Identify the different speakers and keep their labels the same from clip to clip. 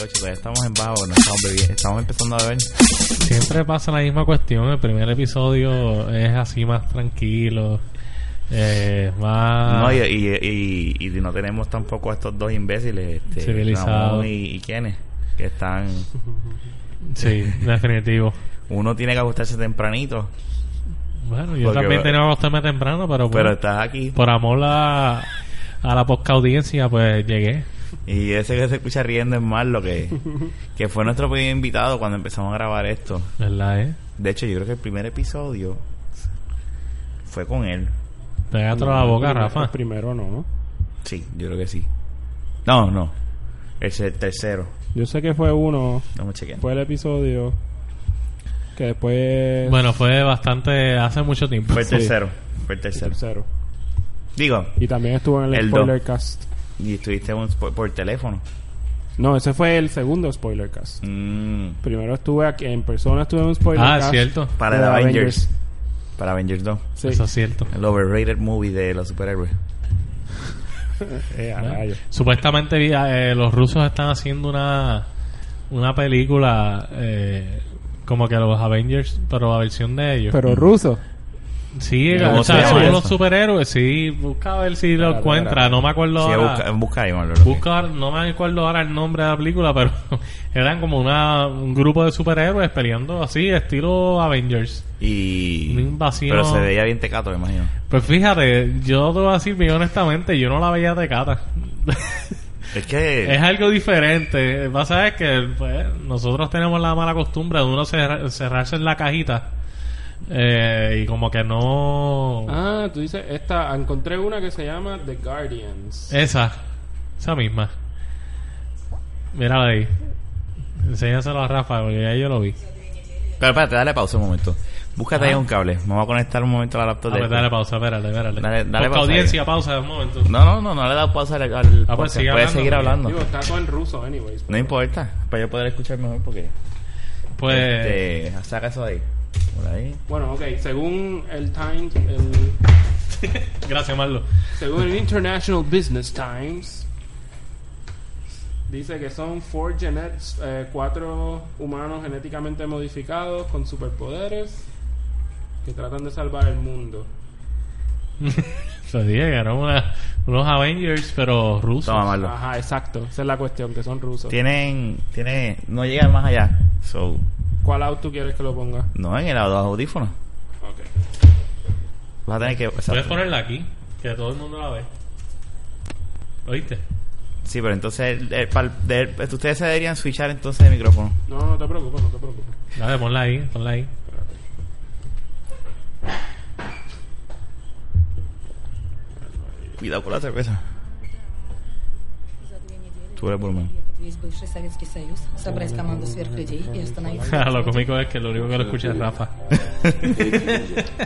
Speaker 1: porque estamos en bajo, no estamos bebiendo, estamos empezando a beber.
Speaker 2: Siempre pasa la misma cuestión. El primer episodio es así más tranquilo. Eh, más.
Speaker 1: No, y, y, y, y no tenemos tampoco a estos dos imbéciles, este,
Speaker 2: Civilizado.
Speaker 1: Ramón y, y quiénes, que están.
Speaker 2: Sí, definitivo.
Speaker 1: Uno tiene que ajustarse tempranito,
Speaker 2: Bueno, yo
Speaker 1: Porque
Speaker 2: también
Speaker 1: va-
Speaker 2: tenía que acostarme temprano, pero, bueno,
Speaker 1: pero estás aquí.
Speaker 2: por amor a, a la poca audiencia, pues llegué.
Speaker 1: Y ese que se escucha riendo es Marlo, que, que fue nuestro primer invitado cuando empezamos a grabar esto.
Speaker 2: ¿Verdad, eh?
Speaker 1: De hecho, yo creo que el primer episodio fue con él.
Speaker 2: Pégate la boca, Rafa.
Speaker 3: Primero no.
Speaker 1: Sí, yo creo que sí. No, no. Es el tercero.
Speaker 3: Yo sé que fue uno,
Speaker 1: No me chequen.
Speaker 3: fue el episodio que después
Speaker 2: Bueno, fue bastante. hace mucho tiempo.
Speaker 1: Fue el
Speaker 3: sí.
Speaker 1: tercero. Fue el tercero.
Speaker 3: tercero.
Speaker 1: Digo,
Speaker 3: Y también estuvo en el,
Speaker 1: El dos.
Speaker 3: spoiler cast.
Speaker 1: y estuviste un spo- por teléfono.
Speaker 3: No, ese fue el segundo spoiler cast.
Speaker 1: Mm,
Speaker 3: Primero estuve aquí en persona, estuve en un spoiler
Speaker 2: Ah,
Speaker 1: pues,
Speaker 3: cast.
Speaker 2: cierto.
Speaker 1: para
Speaker 3: De
Speaker 1: el Avengers.
Speaker 3: Avengers.
Speaker 1: Para Avengers 2.
Speaker 3: Sí.
Speaker 2: Eso es cierto.
Speaker 1: El overrated movie de los superhéroes.
Speaker 3: Eh, a rayos.
Speaker 2: Supuestamente vi- eh, los rusos están haciendo una una película eh, como que los Avengers, pero la versión de ellos.
Speaker 3: Pero ruso.
Speaker 2: sí,
Speaker 1: ¿Cómo
Speaker 2: o sea,
Speaker 1: se llama
Speaker 2: son
Speaker 1: eso?
Speaker 2: los superhéroes. Sí, busca a ver si lo
Speaker 3: Espérate,
Speaker 2: encuentra.
Speaker 3: espérate.
Speaker 2: No me acuerdo
Speaker 1: Sí,
Speaker 2: ahora.
Speaker 1: busca, busca ahí, Marlo, lo que-
Speaker 2: Busca ahora- no me acuerdo ahora el nombre de la película, pero eran como una, un grupo de superhéroes peleando así, estilo Avengers.
Speaker 1: Y...
Speaker 2: Un vacío.
Speaker 1: Pero se veía bien tecato, me imagino.
Speaker 2: Pues fíjate, yo te voy a decir bien honestamente, yo no la veía de cata.
Speaker 1: Es que...
Speaker 2: Es algo diferente. Pasa es que pues, nosotros tenemos la mala costumbre de uno cerra- cerrarse en la cajita eh, y como que no...
Speaker 3: Ah, tú dices, esta, encontré una que se llama The Guardians.
Speaker 2: Esa, esa misma. Mírala ahí. Enséñaselo a Rafa, porque ya yo lo vi.
Speaker 1: Pero espérate, dale pausa un momento. Búscate ahí un cable. Me voy a conectar un momento a la laptop
Speaker 2: Ah,
Speaker 1: de...
Speaker 2: pues dale pausa, espérate, espérate.
Speaker 1: Dale- dale
Speaker 2: Poca
Speaker 1: pausa ahí.
Speaker 2: audiencia, pausa un momento.
Speaker 1: No, no, no, no le he dado pausa al... al
Speaker 2: Ah, pues
Speaker 1: podcast.
Speaker 2: sigue
Speaker 1: Puedes
Speaker 2: hablando,
Speaker 1: seguir
Speaker 2: porque-
Speaker 1: hablando.
Speaker 3: Digo, está todo en ruso, anyways.
Speaker 1: No importa, para yo poder escuchar mejor porque...
Speaker 2: Pues...
Speaker 1: Este, saca eso de ahí. Por ahí.
Speaker 3: Bueno, ok, según el Times, el,
Speaker 2: Gracias, Marlo.
Speaker 3: según el International Business Times, dice que son four genets, eh, cuatro humanos genéticamente modificados con superpoderes que tratan de salvar el mundo.
Speaker 2: Se llegaron una- unos Avengers, pero rusos.
Speaker 1: Toma, Marlo.
Speaker 3: Ajá, exacto, esa es la cuestión, que son rusos.
Speaker 1: Tienen, tienen, no llegan más allá. So,
Speaker 3: ¿Cuál out tú quieres que lo ponga?
Speaker 1: no en el los audífonos.
Speaker 3: Okay.
Speaker 1: Vas a tener que. o sea,
Speaker 2: Puedes ponerla aquí, que todo el mundo la ve. ¿Oíste?
Speaker 1: sí, pero entonces el- el- pal- del- ustedes se deberían switchar entonces el micrófono.
Speaker 3: No, no te preocupes, no te preocupes.
Speaker 2: Dale, ponla ahí, ponla ahí.
Speaker 3: Espérate.
Speaker 1: Cuidado con la cerveza. Sube el volumen.
Speaker 4: Весь бывший Советский Союз, собрать команду сверхлюдей и остановить...
Speaker 2: lo cómico es que lo único que lo escucha es Rafa.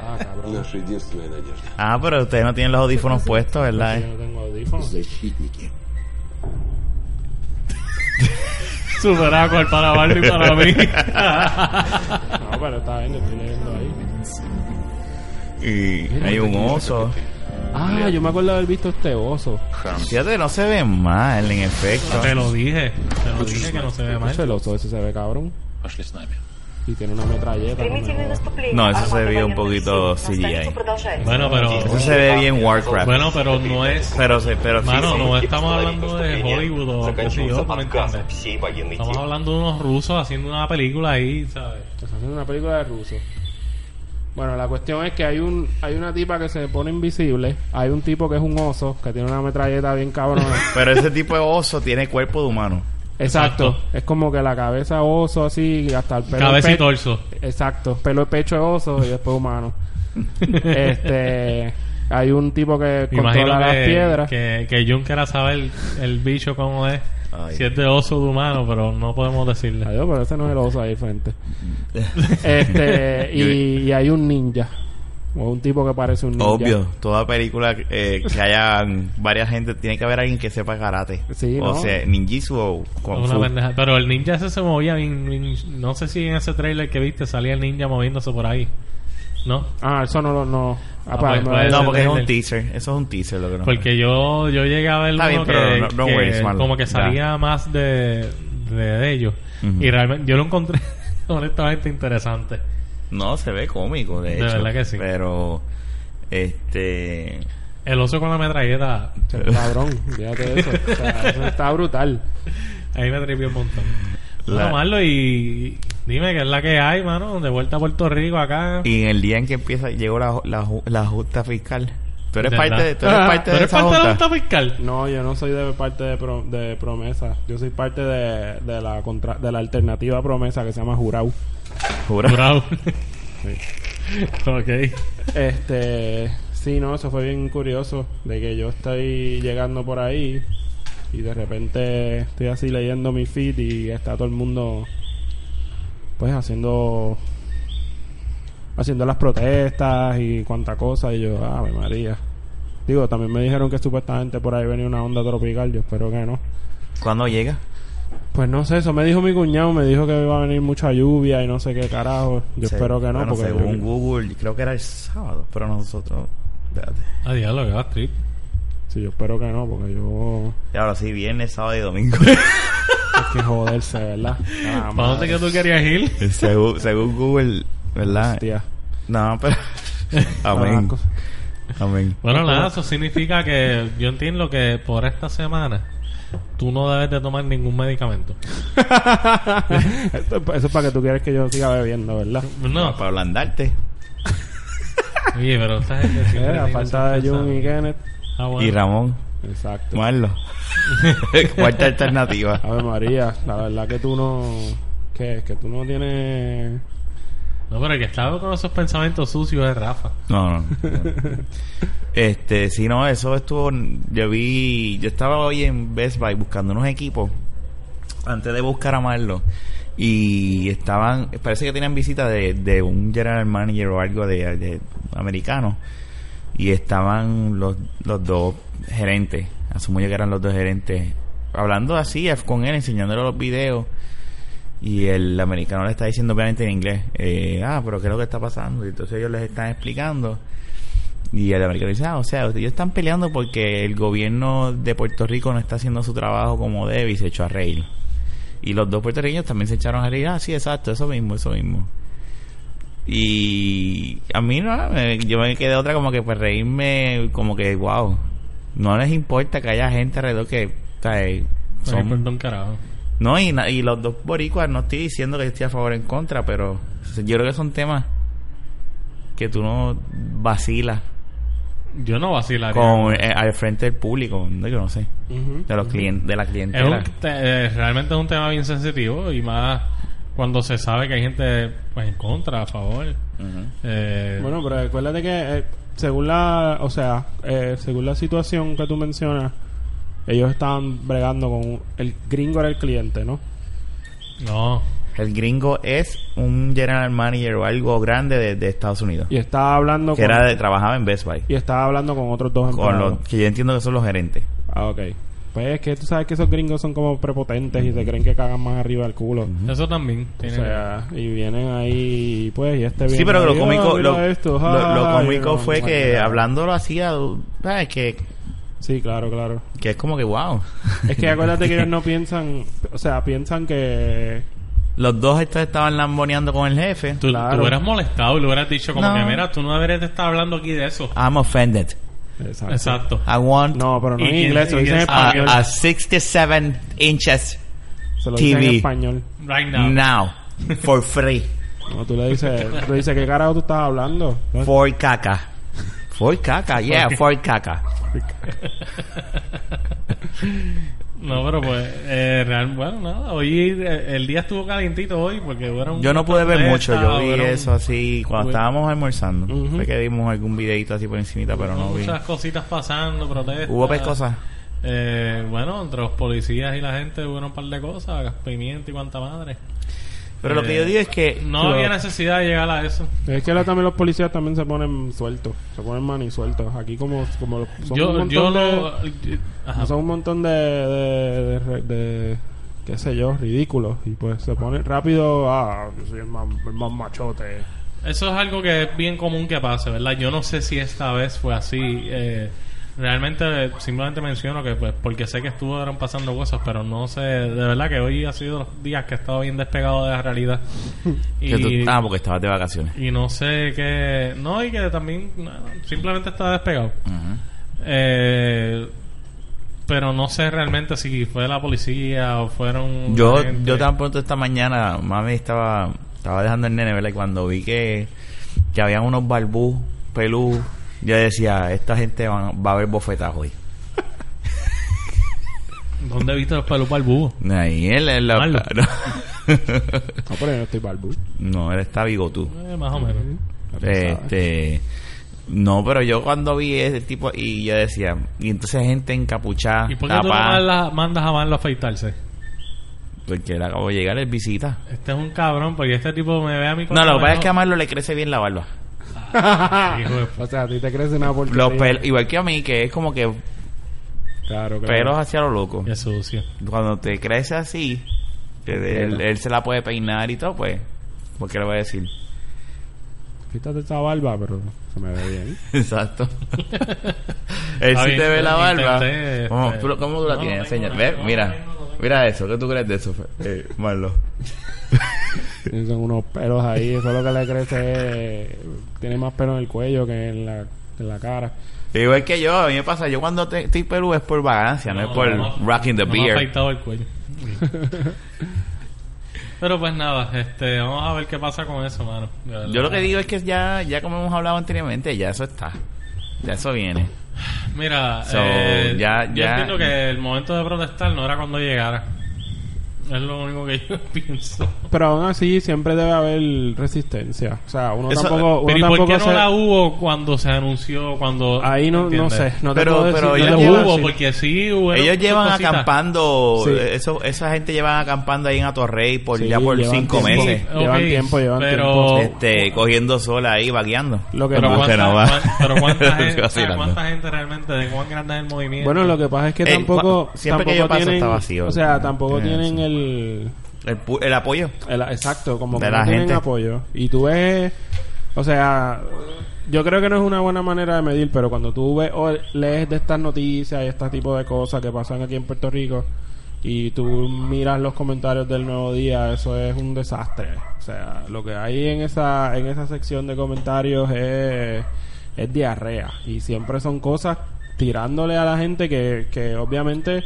Speaker 3: Ah, cabrón.
Speaker 5: Наша единственная надежда.
Speaker 1: Ah, pero ustedes no tienen los audífonos puestos, ¿verdad?
Speaker 3: Yo no tengo audífonos.
Speaker 5: Защитники.
Speaker 2: Super awkward para Barbie y para mí.
Speaker 3: No, pero está bien, lo estoy leyendo ahí.
Speaker 1: Y hay un oso.
Speaker 3: Ah, yo me acuerdo de haber visto este oso.
Speaker 1: Fíjate, no se ve mal, en efecto.
Speaker 2: te lo dije, te lo dije que no se ve mal.
Speaker 3: Ese el oso ese se ve cabrón.
Speaker 5: Пошли с нами.
Speaker 3: Y tiene una metralleta. no me
Speaker 6: Стремительное
Speaker 3: jodas.
Speaker 6: наступление.
Speaker 1: No, eso se
Speaker 6: Армада
Speaker 1: vio un
Speaker 6: военных
Speaker 1: poquito
Speaker 6: сил. На
Speaker 1: CGI.
Speaker 6: станицу продолжается.
Speaker 2: Bueno, pero,
Speaker 1: Eso se ve bien Warcraft.
Speaker 2: bueno, pero no es.
Speaker 1: Pero, se, pero sí,
Speaker 2: Mano,
Speaker 1: sí.
Speaker 2: no estamos hablando de Hollywood o qué sé yo, ¿tú me entiendes?
Speaker 5: Всей военной
Speaker 2: Estamos hablando de unos rusos haciendo una película ahí, ¿sabes?
Speaker 3: Estás haciendo una película de ruso. Bueno, la cuestión es que hay un hay una tipa que se pone invisible, hay un tipo que es un oso que tiene una metralleta bien cabrona.
Speaker 1: Pero ese tipo de oso tiene cuerpo de humano.
Speaker 3: Exacto.
Speaker 2: Exacto.
Speaker 3: Es como que la cabeza oso así y hasta el pelo
Speaker 2: Cabeza
Speaker 3: de
Speaker 2: y torso.
Speaker 3: Exacto, pelo de pecho de oso y después humano. este hay un tipo que
Speaker 2: Me imagino
Speaker 3: controla las
Speaker 2: que,
Speaker 3: piedras.
Speaker 2: que, que Juncker sabe el, el bicho cómo es.
Speaker 1: Ay.
Speaker 2: Si es de oso o de humano, pero no podemos decirle.
Speaker 3: Adiós, pero ese no es el oso ahí frente. Este, y, y hay un ninja. O un tipo que parece un ninja.
Speaker 1: Obvio, toda película eh, que haya varias gente, tiene que haber alguien que sepa karate.
Speaker 3: Sí,
Speaker 1: o
Speaker 3: ¿no?
Speaker 1: sea, ninjitsu o kung
Speaker 2: Una
Speaker 1: fu.
Speaker 2: pendeja. Pero el ninja ese se movía bien, bien- No sé si en ese trailer que viste salía el ninja moviéndose por ahí. ¿No?
Speaker 3: Ah, eso no lo. No.
Speaker 2: Ah,
Speaker 3: para-
Speaker 2: pues,
Speaker 3: no-
Speaker 2: pues,
Speaker 1: No, porque es un
Speaker 2: Del-
Speaker 1: teaser. Eso es un teaser lo que no.
Speaker 2: Porque yo, yo llegué a ver
Speaker 1: Está
Speaker 2: uno
Speaker 1: bien,
Speaker 2: que,
Speaker 1: pero no- no
Speaker 2: que
Speaker 1: worries, Marlon.
Speaker 2: como que salía
Speaker 1: Ya.
Speaker 2: más de, de ellos.
Speaker 1: Ujú.
Speaker 2: Y realmente yo lo encontré honestamente interesante.
Speaker 1: No, se ve cómico, de,
Speaker 2: De
Speaker 1: hecho.
Speaker 2: verdad que sí.
Speaker 1: Pero, este...
Speaker 2: El oso con la metralleta,
Speaker 3: O sea, Cabrón, fíjate de eso. O sea, eso está brutal.
Speaker 2: ahí me tripió un montón.
Speaker 1: La-
Speaker 2: Bueno, Marlo, y dime que es la que hay, mano, de vuelta a Puerto Rico acá.
Speaker 1: Y en el día en que empieza, llegó la, la, ju- la junta fiscal. Tú eres
Speaker 2: ¿Verdad?
Speaker 1: parte de, tú eres
Speaker 3: Ah,
Speaker 1: parte
Speaker 2: ¿Tú
Speaker 1: de
Speaker 2: eres
Speaker 1: esa
Speaker 2: parte de la
Speaker 1: junta.
Speaker 2: Junta Fiscal?
Speaker 3: No, yo no soy de parte de, pro- de promesa. Yo soy parte de, de la contra, de la alternativa promesa que se llama Jurau.
Speaker 1: Jura.
Speaker 2: Bravo. ok.
Speaker 3: Este, sí, no, eso fue bien curioso de que yo estoy llegando por ahí y de repente estoy así leyendo mi feed y está todo el mundo pues haciendo haciendo las protestas y cuánta cosa y yo, ave María. Digo, también me dijeron que supuestamente por ahí venía una onda tropical, yo espero que no.
Speaker 1: ¿Cuándo llega?
Speaker 3: Pues no sé, eso me dijo mi cuñado, me dijo que iba a venir mucha lluvia y no sé qué carajo. Yo
Speaker 1: Se-
Speaker 3: espero que no,
Speaker 1: bueno,
Speaker 3: porque
Speaker 1: según
Speaker 3: yo-
Speaker 1: Google, creo que era el sábado, pero nosotros... Espérate.
Speaker 2: Ah, diablo, que va trip.
Speaker 3: sí, yo espero que no, porque yo
Speaker 1: Y ahora sí, viernes, sábado y domingo.
Speaker 3: Es que joderse, ¿verdad? Ah,
Speaker 2: ¿Para dónde que tú querías ir?
Speaker 1: según, según Google, ¿verdad?
Speaker 3: Hostia.
Speaker 1: No, pero... Amén.
Speaker 3: Todas las cosas.
Speaker 1: Amén.
Speaker 2: Bueno, nada, eso significa que yo entiendo que por esta semana tú no debes de tomar ningún medicamento.
Speaker 3: Esto es pa- eso es para que tú quieras que yo siga bebiendo, ¿verdad?
Speaker 2: No,
Speaker 1: Para ablandarte.
Speaker 2: oye, pero esta gente siempre
Speaker 3: Eh, la
Speaker 2: tiene
Speaker 3: falta
Speaker 2: esa
Speaker 3: de Jun y
Speaker 2: cosa.
Speaker 3: Kenneth.
Speaker 2: Ah,
Speaker 1: Y
Speaker 2: bueno.
Speaker 1: Ramón,
Speaker 3: Exacto.
Speaker 1: Marlo. Cuarta alternativa.
Speaker 3: Ave María, la verdad que tú no... ¿Qué es? Que tú no tienes...
Speaker 2: No, pero el que estaba con esos pensamientos sucios es Rafa.
Speaker 1: No, no. este, sí, no, eso estuvo. Yo vi. Yo estaba hoy en Best Buy buscando unos equipos antes de buscar a Marlo. Y estaban. Parece que tenían visita de, de un general manager o algo de, de americano. Y estaban los, los dos gerentes. Asumo yo que eran los dos gerentes. Hablando así con él, enseñándole los videos. Y el americano le está diciendo obviamente en inglés, eh, ah, pero ¿qué es lo que está pasando? Y entonces ellos les están explicando. Y el americano dice, ah, o sea, ellos están peleando porque el gobierno de Puerto Rico no está haciendo su trabajo como debe y se echó a reír. Y los dos puertorriqueños también se echaron a reír, ah, sí, exacto, eso mismo, eso mismo. Y a mí no, me- yo me quedé otra como que pues reírme, como que, wow, no les importa que haya gente alrededor que... o sea, eh,
Speaker 2: Son...
Speaker 1: son-
Speaker 2: un carajo.
Speaker 1: no, y, na- y los dos boricuas, no estoy diciendo que estoy a favor o en contra, pero o sea, yo creo que son temas que tú no vacilas
Speaker 2: Yo no vacilaría.
Speaker 1: con, eh, al frente del público, no, yo no sé,
Speaker 3: Ujú.
Speaker 1: de los clien- de la
Speaker 2: Es un
Speaker 1: clientela.
Speaker 2: te- eh, realmente es un tema bien sensitivo y más cuando se sabe que hay gente pues, en contra, a favor.
Speaker 1: Ujú.
Speaker 2: Eh,
Speaker 3: Bueno, pero acuérdate que eh, según la... O sea, eh, según la situación que tú mencionas, ellos estaban bregando con... El gringo era el cliente, ¿no?
Speaker 2: No.
Speaker 1: El gringo es un general manager o algo grande de, de Estados Unidos,
Speaker 3: Y estaba hablando
Speaker 1: que
Speaker 3: con...
Speaker 1: era de- trabajaba en Best Buy,
Speaker 3: Y estaba hablando con otros dos
Speaker 1: con
Speaker 3: empleados.
Speaker 1: los que yo entiendo que son los gerentes.
Speaker 3: Ah, ok. Pues es que tú sabes que esos gringos son como prepotentes y se creen que cagan más arriba del culo.
Speaker 2: Eso también
Speaker 3: O
Speaker 2: tiene
Speaker 3: sea, y vienen ahí, pues, y este
Speaker 1: Sí,
Speaker 3: viene
Speaker 1: pero lo
Speaker 3: ahí, "Ah,
Speaker 1: cómico,
Speaker 3: mira
Speaker 1: lo,
Speaker 3: esto,
Speaker 1: lo-
Speaker 3: ah",
Speaker 1: lo
Speaker 3: y
Speaker 1: cómico
Speaker 3: no,
Speaker 1: fue
Speaker 3: no,
Speaker 1: que
Speaker 3: no.
Speaker 1: hablándolo así, a- ah, es que,
Speaker 3: Sí, claro, claro.
Speaker 1: que es como que wow.
Speaker 3: Es que acuérdate que ellos no piensan, o sea, piensan que...
Speaker 1: Los dos estos estaban lamboneando con el jefe.
Speaker 2: Tú,
Speaker 3: Claro.
Speaker 2: tú hubieras molestado y le hubieras dicho como
Speaker 1: No. Ah,
Speaker 2: que, mira, tú no deberías de estar hablando aquí de eso.
Speaker 1: I'm offended.
Speaker 3: Exacto.
Speaker 2: Exacto.
Speaker 1: I want
Speaker 3: No, pero no
Speaker 2: Y
Speaker 3: en
Speaker 2: quién-
Speaker 3: inglés, se lo
Speaker 2: y
Speaker 3: dicen en
Speaker 2: quién-
Speaker 1: a,
Speaker 3: español.
Speaker 1: a 67 inches
Speaker 3: se lo dicen en
Speaker 1: TV.
Speaker 3: español.
Speaker 2: Right now.
Speaker 1: now for free.
Speaker 3: No, tú le dices, tú le dices, ¿qué carajo tú estás hablando? No,
Speaker 1: For caca. For caca, yeah, for caca.
Speaker 2: No, pero pues, eh, real- bueno, nada. Hoy eh, el día estuvo calientito hoy porque fueron.
Speaker 1: Yo no pude ver mucho, yo vi
Speaker 2: fueron
Speaker 1: eso así cuando
Speaker 2: Bueno.
Speaker 1: estábamos almorzando.
Speaker 3: Ujú.
Speaker 1: Fue que vimos algún videito así por encimita, pero no vi.
Speaker 2: Muchas cositas pasando, protestas.
Speaker 1: Hubo pues cosas.
Speaker 2: Eh, bueno, entre los policías y la gente hubo un par de cosas, gas pimienta y cuanta madre.
Speaker 1: Pero lo que yo digo es que
Speaker 2: No
Speaker 1: lo-
Speaker 2: había necesidad de llegar a eso.
Speaker 3: Es que ahora también los policías también se ponen sueltos, se ponen manisueltos. Aquí como, como son un
Speaker 2: Yo,
Speaker 3: montón
Speaker 2: yo
Speaker 3: de-
Speaker 2: no. eh, ajá.
Speaker 3: Son un montón de, de, de- de- qué sé yo, ridículos. Y pues se pone rápido, ah, yo soy el más, el más machote.
Speaker 2: Eso es algo que es bien común que pase, ¿verdad? Yo no sé si esta vez fue así. eh, Realmente eh, simplemente menciono que pues porque sé que estuvieron pasando cosas, pero no sé, de verdad que hoy ha sido los días que he estado bien despegado de la realidad.
Speaker 1: Que tú-
Speaker 2: Y,
Speaker 1: ah, porque estabas de vacaciones.
Speaker 2: y no sé qué... No, y que también no, simplemente estaba despegado.
Speaker 1: Ajá.
Speaker 2: Eh, pero no sé realmente si fue la policía o fueron...
Speaker 1: Yo,
Speaker 2: gente.
Speaker 1: yo tan pronto esta mañana, mami estaba, estaba dejando el nene, ¿verdad? Y cuando vi que, que habían unos barbús, pelú, yo decía, esta gente van- va a haber bofetas hoy.
Speaker 2: ¿Dónde viste los pelos barbú?
Speaker 1: Ahí él es la...
Speaker 2: Malo.
Speaker 3: No, pero yo no estoy balbu.
Speaker 1: No, él está bigotú.
Speaker 2: Eh, más o menos.
Speaker 1: Este, no, pero yo cuando vi ese tipo y yo decía, y entonces gente encapuchada,
Speaker 2: ¿Y por qué tú no
Speaker 1: tapada,
Speaker 2: mandas, mandas a Marlo a afeitarse?
Speaker 1: porque él acabó de llegar, el visita.
Speaker 2: Este es un cabrón, porque este tipo me ve a mí
Speaker 1: No, lo que pasa
Speaker 2: me-
Speaker 1: es que a Marlo le crece bien la barba.
Speaker 2: "Ah, Hijo de p-
Speaker 3: O sea, a ti te crece una porquería.
Speaker 1: Los pelos, igual que a mí, que es como que
Speaker 3: Claro, claro.
Speaker 1: pelos hacia lo loco.
Speaker 2: Qué sucio.
Speaker 1: Cuando te crece así, que de- él, él se la puede peinar y todo, pues, porque le voy a decir.
Speaker 3: Quítate esa barba, pero se me ve bien.
Speaker 1: Exacto. él
Speaker 2: Está
Speaker 1: sí
Speaker 2: bien,
Speaker 1: te ve la barba.
Speaker 2: intenté, este,
Speaker 1: ¿Cómo, tú, lo- cómo tú la
Speaker 2: no,
Speaker 1: tienes?
Speaker 2: no tengo
Speaker 1: Enseña.
Speaker 2: nada,
Speaker 1: Ve,
Speaker 2: no,
Speaker 1: mira.
Speaker 2: no tengo, no tengo.
Speaker 1: Mira eso. ¿Qué tú crees de eso, Fe- eh, Marlo?
Speaker 3: Tiene son unos pelos ahí. Eso lo que le crece es- Tiene más pelo en el cuello que en la, en la cara.
Speaker 1: Igual que yo, a mí me pasa, yo cuando te- estoy en Perú es por vagancia, no, es por
Speaker 2: me-
Speaker 1: rocking the
Speaker 2: no me ha
Speaker 1: beer.
Speaker 2: afeitado el cuello. Pero pues nada, este, vamos a ver qué pasa con eso, mano. De verdad.
Speaker 1: Yo lo que digo es que ya, ya como hemos hablado anteriormente, ya eso está. Ya eso viene.
Speaker 2: Mira,
Speaker 1: So,
Speaker 2: eh,
Speaker 1: ya-
Speaker 2: yo
Speaker 1: ya-
Speaker 2: entiendo que el momento de protestar no era cuando llegara. Es lo único que yo pienso.
Speaker 3: Pero aún así, siempre debe haber resistencia. O sea, uno
Speaker 1: Eso-
Speaker 3: tampoco. Uno
Speaker 2: Pero ¿y por
Speaker 3: tampoco
Speaker 2: qué no
Speaker 3: se-
Speaker 2: la hubo cuando se anunció? cuando
Speaker 3: Ahí no, no
Speaker 2: ¿entiendes?
Speaker 3: sé. No te
Speaker 1: Pero-
Speaker 3: puedo
Speaker 1: pero
Speaker 3: decir.
Speaker 1: ellos
Speaker 2: Ellos
Speaker 3: no te puedo
Speaker 1: llevan-
Speaker 2: hubo,
Speaker 3: decir.
Speaker 2: porque sí hubo.
Speaker 1: Ellos llevan acampando,
Speaker 3: Sí.
Speaker 1: eso, esa gente llevan acampando ahí en Atorrey por
Speaker 3: Sí,
Speaker 1: ya por
Speaker 3: llevan
Speaker 1: cinco
Speaker 3: tiempo.
Speaker 1: meses.
Speaker 3: Sí. Llevan tiempo, llevan
Speaker 2: pero,
Speaker 1: Este, cogiendo sol ahí, vagueando.
Speaker 3: Lo que
Speaker 2: Oh. Pero,
Speaker 3: pasa-
Speaker 1: Como
Speaker 2: cuánta,
Speaker 1: se nos va.
Speaker 2: cuán- pero cuánta,
Speaker 1: Estoy
Speaker 2: gente, o sea,
Speaker 1: vacilando.
Speaker 2: cuánta gente realmente, de cuán grande es el movimiento.
Speaker 3: Bueno, lo que pasa es que
Speaker 1: El-
Speaker 3: tampoco.
Speaker 1: Eh, cua- siempre que yo
Speaker 3: tampoco
Speaker 1: paso
Speaker 3: tienen,
Speaker 1: está vacío.
Speaker 3: O sea, tampoco
Speaker 1: Eh,
Speaker 3: tienen
Speaker 1: sí.
Speaker 3: el.
Speaker 1: El, pu- el apoyo.
Speaker 3: El- exacto, como
Speaker 1: De
Speaker 3: que
Speaker 1: la
Speaker 3: no tienen
Speaker 1: gente.
Speaker 3: apoyo. Y tú ves, o sea, yo creo que no es una buena manera de medir, pero cuando tú ves o lees de estas noticias y este tipo de cosas que pasan aquí en Puerto Rico y tú miras los comentarios del Nuevo Día, eso es un desastre. O sea, lo que hay en esa en esa sección de comentarios es es diarrea y siempre son cosas tirándole a la gente que, que obviamente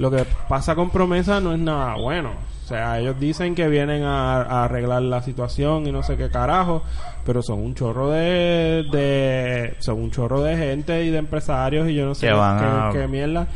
Speaker 3: lo que pasa con promesa no es nada bueno. O sea, ellos dicen que vienen a, a arreglar la situación y no sé qué carajo, pero son un chorro de, de son un chorro de gente y de empresarios y yo no sé
Speaker 1: Que van
Speaker 3: qué,
Speaker 1: a-
Speaker 3: qué mierda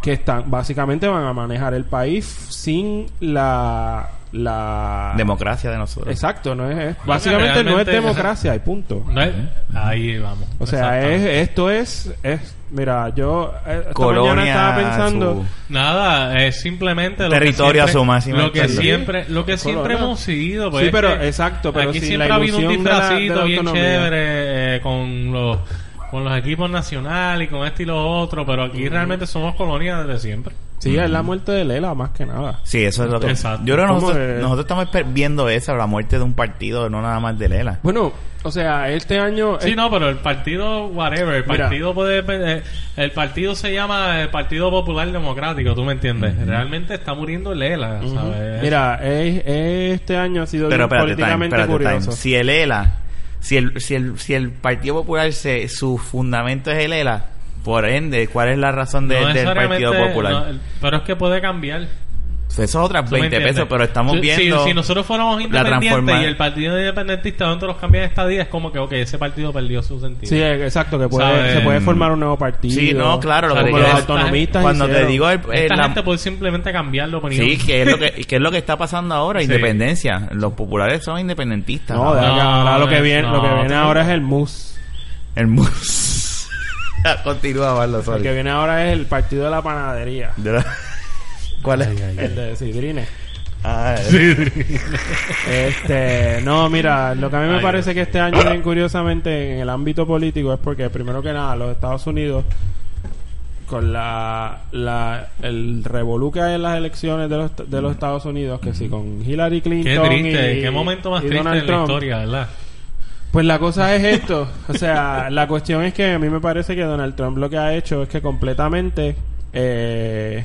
Speaker 3: que están básicamente van a manejar el país sin la la
Speaker 1: Democracia de nosotros.
Speaker 3: Exacto, no es, es- básicamente no es
Speaker 2: realmente-
Speaker 3: democracia y punto.
Speaker 2: No es- ahí vamos.
Speaker 3: O sea, es,
Speaker 2: Exactamente.
Speaker 3: esto es, es, mira, yo eh, esta mañana
Speaker 1: Colonia.
Speaker 3: estaba pensando,
Speaker 1: su-
Speaker 2: Nada, es simplemente lo
Speaker 1: Territorio a
Speaker 2: que
Speaker 1: su
Speaker 2: siempre,
Speaker 1: máxima
Speaker 2: lo que
Speaker 1: expresión.
Speaker 2: siempre, lo que siempre
Speaker 3: Corona.
Speaker 2: hemos sido.
Speaker 3: Sí,
Speaker 2: es
Speaker 3: pero
Speaker 2: que
Speaker 3: exacto, pero
Speaker 2: aquí
Speaker 3: sin
Speaker 2: siempre
Speaker 3: la
Speaker 2: ha habido un
Speaker 3: ilusión de la- de la
Speaker 2: disfrazito bien
Speaker 3: autonomía.
Speaker 2: chévere eh, con los con los equipos nacionales y con este y lo otro, pero aquí realmente somos colonia desde siempre.
Speaker 3: sí, es la muerte de Lela más que nada.
Speaker 1: Sí, eso es lo que.
Speaker 2: Exacto.
Speaker 1: Yo creo que
Speaker 3: ¿Cómo
Speaker 1: nosotros,
Speaker 3: es?
Speaker 1: nosotros estamos esper- viendo esa, la muerte de un partido, no nada más de Lela.
Speaker 3: Bueno, o sea, este año
Speaker 2: Sí,
Speaker 3: es-
Speaker 2: no, pero el partido, whatever, el
Speaker 3: Mira.
Speaker 2: partido puede, eh, el partido se llama eh, Partido Popular Democrático, ¿tú me entiendes? Realmente está muriendo Lela,
Speaker 3: Ujú.
Speaker 2: ¿sabes?
Speaker 3: Mira, es- este año ha sido
Speaker 1: Pero
Speaker 3: bien
Speaker 1: espérate, time,
Speaker 3: políticamente
Speaker 1: espérate, time.
Speaker 3: curioso.
Speaker 1: Si el ELA, si el, si el, si el Partido Popular, se, su fundamento es el ELA, por ende, ¿cuál es la razón de-
Speaker 2: No
Speaker 1: del
Speaker 2: necesariamente,
Speaker 1: Partido Popular?
Speaker 2: no, el- pero es que puede cambiar.
Speaker 1: Eso es otras
Speaker 2: ¿tú me
Speaker 1: 20
Speaker 2: entiendes?
Speaker 1: pesos, pero estamos
Speaker 2: Si-
Speaker 1: viendo.
Speaker 2: Si, si nosotros fuéramos
Speaker 1: transforma-
Speaker 2: independientes y el partido independentista dentro los cambios de estadía, es como que, ok, ese partido perdió su sentido.
Speaker 3: Sí, eh, exacto, que puede,
Speaker 2: ¿Sabes?
Speaker 3: se puede formar un nuevo partido.
Speaker 1: Sí, no, claro, lo
Speaker 2: O sea,
Speaker 1: que
Speaker 3: Como
Speaker 1: te
Speaker 3: los
Speaker 1: quiero-
Speaker 2: esta-
Speaker 3: autonomistas
Speaker 1: Cuando te
Speaker 3: hicieron.
Speaker 1: digo el,
Speaker 3: eh,
Speaker 1: el-
Speaker 2: Esta
Speaker 1: la-
Speaker 2: gente puede simplemente cambiarlo. por
Speaker 1: Sí,
Speaker 2: ejemplo.
Speaker 1: que es lo que, que es lo que está pasando ahora,
Speaker 2: Sí.
Speaker 1: independencia. Los populares son independentistas.
Speaker 3: No, de
Speaker 2: No,
Speaker 3: acá, ahora lo que
Speaker 2: es-
Speaker 3: viene, lo que
Speaker 2: no,
Speaker 3: viene
Speaker 2: no.
Speaker 3: ahora es el MUS.
Speaker 1: El mus. Continúa, Barlo,
Speaker 3: Lo
Speaker 1: sorry.
Speaker 3: que viene ahora es el partido de la panadería.
Speaker 1: De la- ¿Cuál es?
Speaker 3: El de Sidrines.
Speaker 1: Ah, el-
Speaker 3: Este, no, mira, lo que a mí me
Speaker 2: Ay,
Speaker 3: parece
Speaker 2: Dios.
Speaker 3: que este año, bien curiosamente, en el ámbito político es porque, primero que nada, los Estados Unidos, con la, la el revolú que hay en las elecciones de los, de los Estados Unidos, que sí, con Hillary
Speaker 2: Qué
Speaker 3: Clinton.
Speaker 2: triste,
Speaker 3: y-
Speaker 2: qué momento más
Speaker 3: y
Speaker 2: triste
Speaker 3: Donald
Speaker 2: en la
Speaker 3: Trump,
Speaker 2: historia, ¿verdad?
Speaker 3: Pues la cosa es esto. O sea, la cuestión es que a mí me parece que Donald Trump lo que ha hecho es que completamente eh,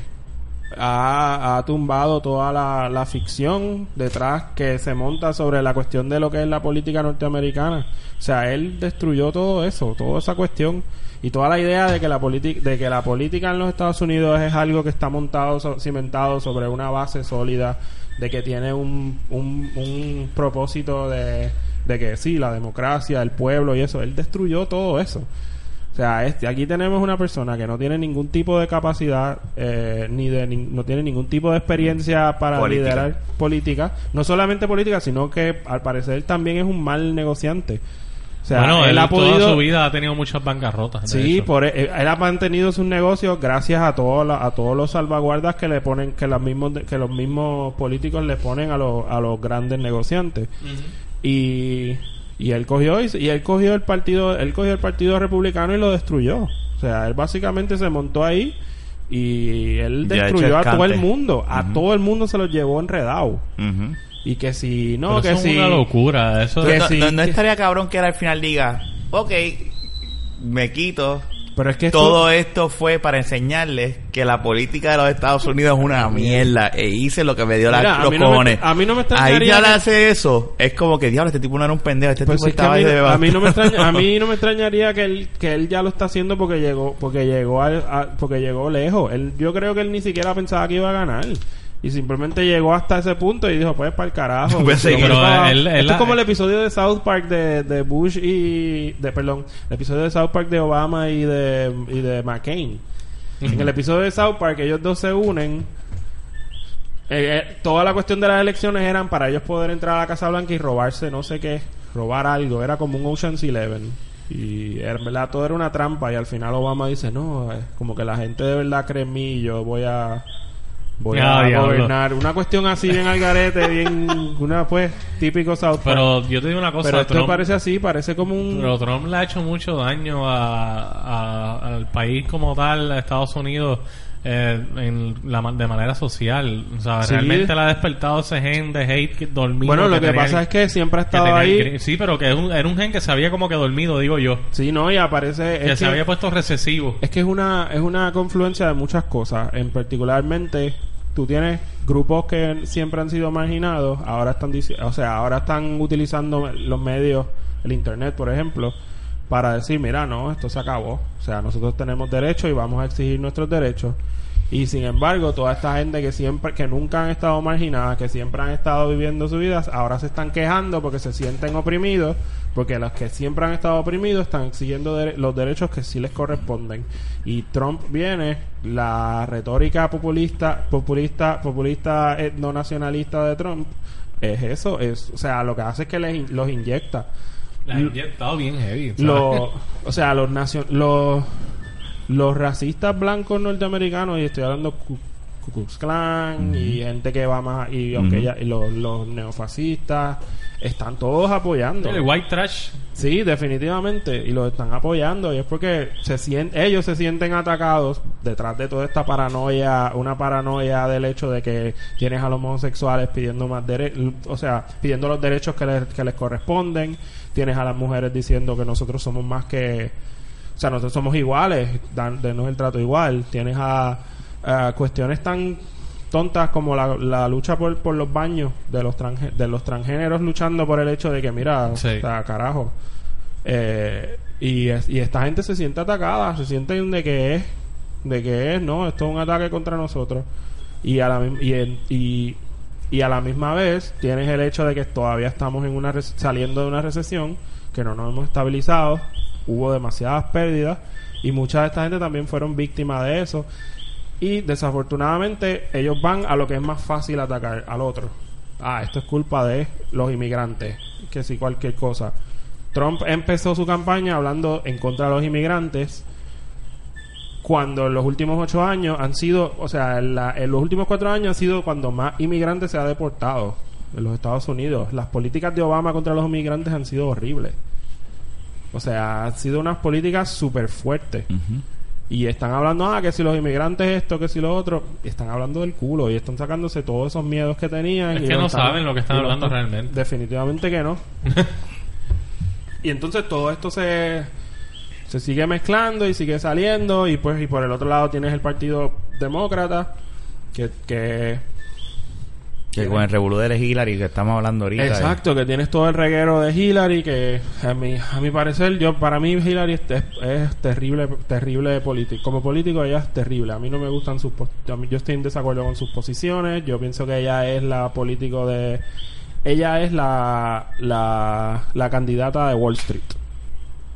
Speaker 3: ha, ha tumbado toda la, la ficción detrás que se monta sobre la cuestión de lo que es la política norteamericana. O sea, él destruyó todo eso, toda esa cuestión y toda la idea de que la política de que la política en los Estados Unidos es algo que está montado, so- cimentado sobre una base sólida, de que tiene un, un, un propósito de, de que sí, la democracia, el pueblo y eso. Él destruyó todo eso. O sea, este, aquí tenemos una persona que no tiene ningún tipo de capacidad, eh, ni de nin- no tiene ningún tipo de experiencia para
Speaker 1: Política.
Speaker 3: liderar política. No solamente política, sino que al parecer también es un mal negociante. O sea,
Speaker 2: bueno,
Speaker 3: él,
Speaker 2: él,
Speaker 3: ha podido...
Speaker 2: toda su vida ha tenido muchas bancarrotas. de
Speaker 3: Sí,
Speaker 2: hecho.
Speaker 3: por, eh, él ha mantenido sus negocios gracias a todos a todos los salvaguardas que le ponen que los mismos que los mismos políticos le ponen a los a los grandes negociantes y, y él cogió y, y él cogió el partido él cogió el partido republicano y lo destruyó o sea él básicamente se montó ahí y él
Speaker 1: Ya ha hecho
Speaker 3: destruyó a
Speaker 1: el
Speaker 3: todo el
Speaker 1: cante.
Speaker 3: mundo a
Speaker 1: Ujú.
Speaker 3: todo el mundo se lo llevó enredado
Speaker 1: Ujú.
Speaker 3: y que si no
Speaker 2: Pero
Speaker 3: que
Speaker 2: eso
Speaker 3: si
Speaker 2: es una locura. Eso
Speaker 3: Que
Speaker 2: es-
Speaker 1: no,
Speaker 3: sí,
Speaker 1: no- no
Speaker 3: que-
Speaker 1: estaría cabrón que él al final diga, ok, me quito.
Speaker 3: pero es que esto-
Speaker 1: Todo esto fue para enseñarles que la política de los Estados Unidos es una mierda e hice lo que me dio
Speaker 3: Mira,
Speaker 1: la,
Speaker 3: a
Speaker 1: los
Speaker 3: mí no me-
Speaker 1: cojones.
Speaker 3: a mí no me
Speaker 1: Ahí
Speaker 3: extrañaría
Speaker 1: ya le
Speaker 3: que-
Speaker 1: hace eso. Es como que, diablo, este tipo no era un pendejo, este
Speaker 3: Pues
Speaker 1: tipo
Speaker 3: es que a,
Speaker 1: estaba
Speaker 3: mí,
Speaker 1: ahí de
Speaker 3: a mí no me extraña, a mí no me extrañaría que él, que él ya lo está haciendo porque llegó, porque llegó al- a- porque llegó lejos. Él, yo creo que él ni siquiera pensaba que iba a ganar. Y simplemente llegó hasta ese punto y dijo, pues para el carajo.
Speaker 1: Voy a
Speaker 3: Yo
Speaker 1: seguir.
Speaker 3: creo que
Speaker 2: Pero
Speaker 3: va-
Speaker 2: él- él-
Speaker 3: Esto es como el episodio de South Park de, de Bush y de perdón, el episodio de South Park de Obama y de y de McCain. En el episodio de South Park ellos dos se unen eh, eh, toda la cuestión de las elecciones eran para ellos poder entrar a la Casa Blanca y robarse no sé qué, robar algo. Era como un Ocean's Eleven. Y en verdad todo era una trampa. Y al final Obama dice, no, eh, como que la gente de verdad cree en mí y yo voy a... Voy a
Speaker 2: Ah, diablo.
Speaker 3: gobernar. Una cuestión así bien al garete, bien... Una pues típico South Park. Pero,
Speaker 2: Pero yo te digo una cosa.
Speaker 3: esto
Speaker 2: Trump-
Speaker 3: parece así, parece como un...
Speaker 2: Pero Trump le ha hecho mucho daño a- a- al país como tal, a Estados Unidos, eh, en la, ma- de manera social. O sea,
Speaker 3: Sí.
Speaker 2: realmente le ha despertado ese gen de hate que dormido.
Speaker 3: bueno, lo que,
Speaker 2: tenía
Speaker 3: pasa
Speaker 2: el-
Speaker 3: es que siempre ha
Speaker 2: que
Speaker 3: estado
Speaker 2: tenía
Speaker 3: ahí.
Speaker 2: el gri- Sí, pero que es un- era un gen que se había como que dormido, digo yo.
Speaker 3: Sí, no, y aparece...
Speaker 2: que
Speaker 3: es
Speaker 2: se
Speaker 3: que-
Speaker 2: había puesto recesivo.
Speaker 3: Es que es una, es una confluencia de muchas cosas. En particularmente, tú tienes grupos que siempre han sido marginados, ahora están dici- o sea, ahora están utilizando los medios, el internet, por ejemplo, para decir, mira, no, esto se acabó. O sea, nosotros tenemos derechos y vamos a exigir nuestros derechos. Y sin embargo, toda esta gente que siempre, que nunca han estado marginadas, que siempre han estado viviendo su vida, ahora se están quejando porque se sienten oprimidos, porque los que siempre han estado oprimidos están exigiendo dere- los derechos que sí les corresponden. Y Trump viene, la retórica populista, populista, populista etnonacionalista de Trump, es eso, es, o sea, lo que hace es que les in- los inyecta
Speaker 2: La ha inyectado bien heavy. ¿sabes?
Speaker 3: los o sea los nacio- los los racistas blancos norteamericanos y estoy hablando Ku, Ku Klux Klan y gente que va más y aunque
Speaker 1: Ujú.
Speaker 3: ya- y los, los neofascistas están todos apoyando
Speaker 2: El white trash.
Speaker 3: sí definitivamente y los están apoyando y es porque se sienten ellos se sienten atacados detrás de toda esta paranoia una paranoia del hecho de que tienes a los homosexuales pidiendo más dere- o sea pidiendo los derechos que les, que les corresponden tienes a las mujeres diciendo que nosotros somos más que o sea, nosotros somos iguales, dan, denos el trato igual. Tienes a, a cuestiones tan tontas como la, la lucha por, por los baños de los, transge- de los transgéneros luchando por el hecho de que, mira,
Speaker 2: Sí.
Speaker 3: o sea, carajo. Eh, y, es- y esta gente se siente atacada, se sienten de que es, de que es, no, esto es un ataque contra nosotros. Y a la, mi- y, en- y, y a la misma vez tienes el hecho de que todavía estamos en una rec- saliendo de una recesión, que no nos hemos estabilizado, hubo demasiadas pérdidas y mucha de esta gente también fueron víctimas de eso. Y desafortunadamente ellos van a lo que es más fácil atacar, al otro. Ah, esto es culpa de los inmigrantes, que si cualquier cosa. Trump empezó su campaña hablando en contra de los inmigrantes, cuando en los últimos ocho años han sido, o sea, en, la- en los últimos cuatro años han sido cuando más inmigrantes se ha deportado en los Estados Unidos. Las políticas de Obama contra los inmigrantes han sido horribles. O sea, han sido unas políticas súper fuertes. Y están hablando, ah, que si los inmigrantes esto, que si lo otro. Y están hablando del culo y están sacándose todos esos miedos que tenían.
Speaker 2: Es
Speaker 3: y
Speaker 2: que
Speaker 3: lo
Speaker 2: no saben lo que están
Speaker 3: y
Speaker 2: hablando realmente.
Speaker 3: Definitivamente que no. Y entonces todo esto se, se sigue mezclando y sigue saliendo. Y pues, y por el otro lado tienes el partido demócrata, que, que
Speaker 1: Que con el revolú de Hillary que estamos hablando ahorita. eh,
Speaker 3: Exacto, que tienes todo el reguero de Hillary, que a mi, a mi parecer, yo para mí Hillary es, te- es terrible, terrible político. Como político ella es terrible. A mí no me gustan sus pos- a mí- yo estoy en desacuerdo con sus posiciones. Yo pienso que ella es la político de ella es la la, la candidata de Wall Street.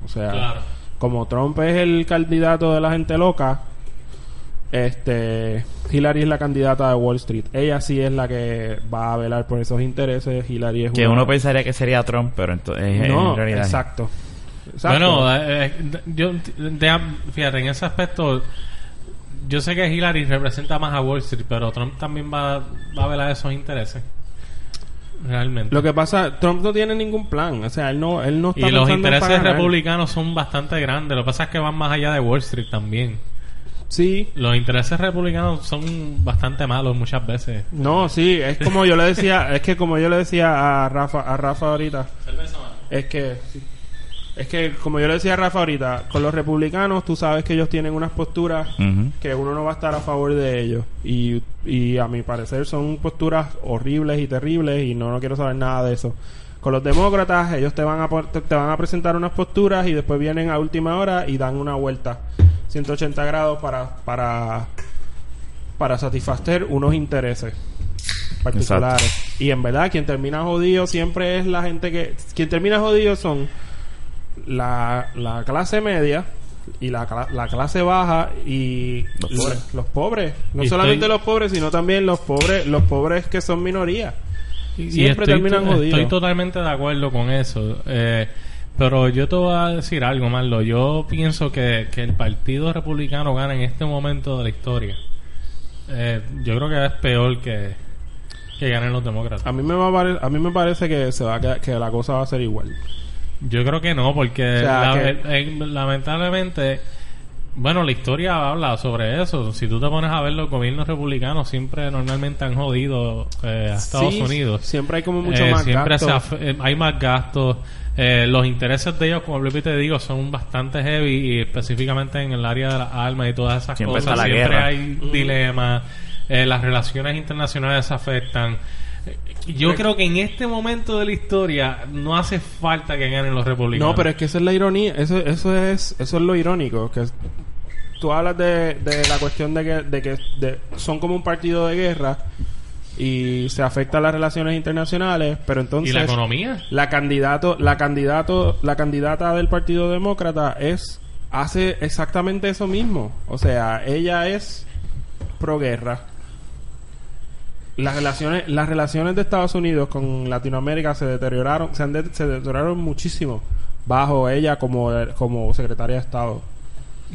Speaker 3: O sea,
Speaker 2: Claro.
Speaker 3: como Trump es el candidato de la gente loca, este, Hillary es la candidata de Wall Street. Ella sí es la que va a velar por esos intereses. Hillary es
Speaker 1: Que
Speaker 3: una-
Speaker 1: uno pensaría que sería Trump, pero entonces
Speaker 3: no,
Speaker 1: en realidad.
Speaker 3: exacto. Exacto.
Speaker 2: Bueno, eh, eh, de- yo, ent- de- fíjate, en ese aspecto, yo sé que Hillary representa más a Wall Street, pero Trump también va, va a velar esos intereses. Realmente.
Speaker 3: lo que pasa, Trump no tiene ningún plan, o sea, él no, él no está
Speaker 2: y los
Speaker 3: pensando ¿eh? en
Speaker 2: intereses
Speaker 3: ganar.
Speaker 2: republicanos son bastante grandes. Lo que pasa es que van más allá de Wall Street también.
Speaker 3: Sí,
Speaker 2: Los intereses republicanos son bastante malos muchas veces.
Speaker 3: no, sí, es como yo le decía, es que como yo le decía a Rafa, a Rafa ahorita, Es que es que como yo le decía a Rafa ahorita, con los republicanos tú sabes que ellos tienen unas posturas
Speaker 1: Ujú.
Speaker 3: que uno no va a estar a favor de ellos y, y a mi parecer son posturas horribles y terribles y no no quiero saber nada de eso. Con los demócratas ellos te van a por- te van a presentar unas posturas y después vienen a última hora y dan una vuelta 180 grados para para para satisfacer unos intereses particulares. Y en verdad, quien termina jodido siempre es la gente que. Quien termina jodido son la, la clase media y la, cla- la clase baja y
Speaker 1: Los
Speaker 3: la-
Speaker 1: pobres.
Speaker 3: los pobres. No
Speaker 2: Y
Speaker 3: solamente
Speaker 2: estoy-
Speaker 3: los pobres, sino también los pobres los pobres que son minoría.
Speaker 2: Y
Speaker 3: Siempre
Speaker 2: estoy-
Speaker 3: terminan jodidos.
Speaker 2: Estoy totalmente de acuerdo con eso. Eh, pero yo te voy a decir algo, Marlo. Yo pienso que, que el Partido Republicano gana en este momento de la historia. Eh, yo creo que es peor que, que ganen los
Speaker 3: A
Speaker 2: demócratas.
Speaker 3: mí me va a, pare- a mí me parece que se va a quedar- que la cosa va a ser igual.
Speaker 2: Yo creo que no, porque
Speaker 3: sea,
Speaker 2: la-
Speaker 3: que-
Speaker 2: el- el- lamentablemente, bueno, la historia habla sobre eso. Si tú te pones a ver, los gobiernos republicanos siempre normalmente han jodido eh, a Estados
Speaker 3: Sí,
Speaker 2: Unidos.
Speaker 3: Siempre hay como mucho
Speaker 2: Eh,
Speaker 3: más
Speaker 2: siempre
Speaker 3: gasto.
Speaker 2: se af- eh, hay más gastos. Eh, los intereses de ellos, como vuelvo y te digo, son bastante heavy y específicamente en el área de las armas y todas esas
Speaker 1: Siempre
Speaker 2: cosas.
Speaker 1: está la
Speaker 2: siempre
Speaker 1: guerra.
Speaker 2: hay
Speaker 3: Mm.
Speaker 2: dilemas. Eh, las relaciones internacionales se afectan. Eh, Yo creo que en este momento de la historia no hace falta que ganen los republicanos.
Speaker 3: No, pero es que esa es la ironía, eso, eso es eso es lo irónico, que es- tú hablas de, de la cuestión de que, de que de- son como un partido de guerra y se afectan las relaciones internacionales, pero entonces
Speaker 2: y la economía.
Speaker 3: la candidato, la candidato, la candidata del Partido Demócrata es hace exactamente eso mismo, o sea, ella es pro guerra. Las relaciones, las relaciones de Estados Unidos con Latinoamérica se deterioraron, se, han de- se deterioraron muchísimo bajo ella como, como secretaria de Estado.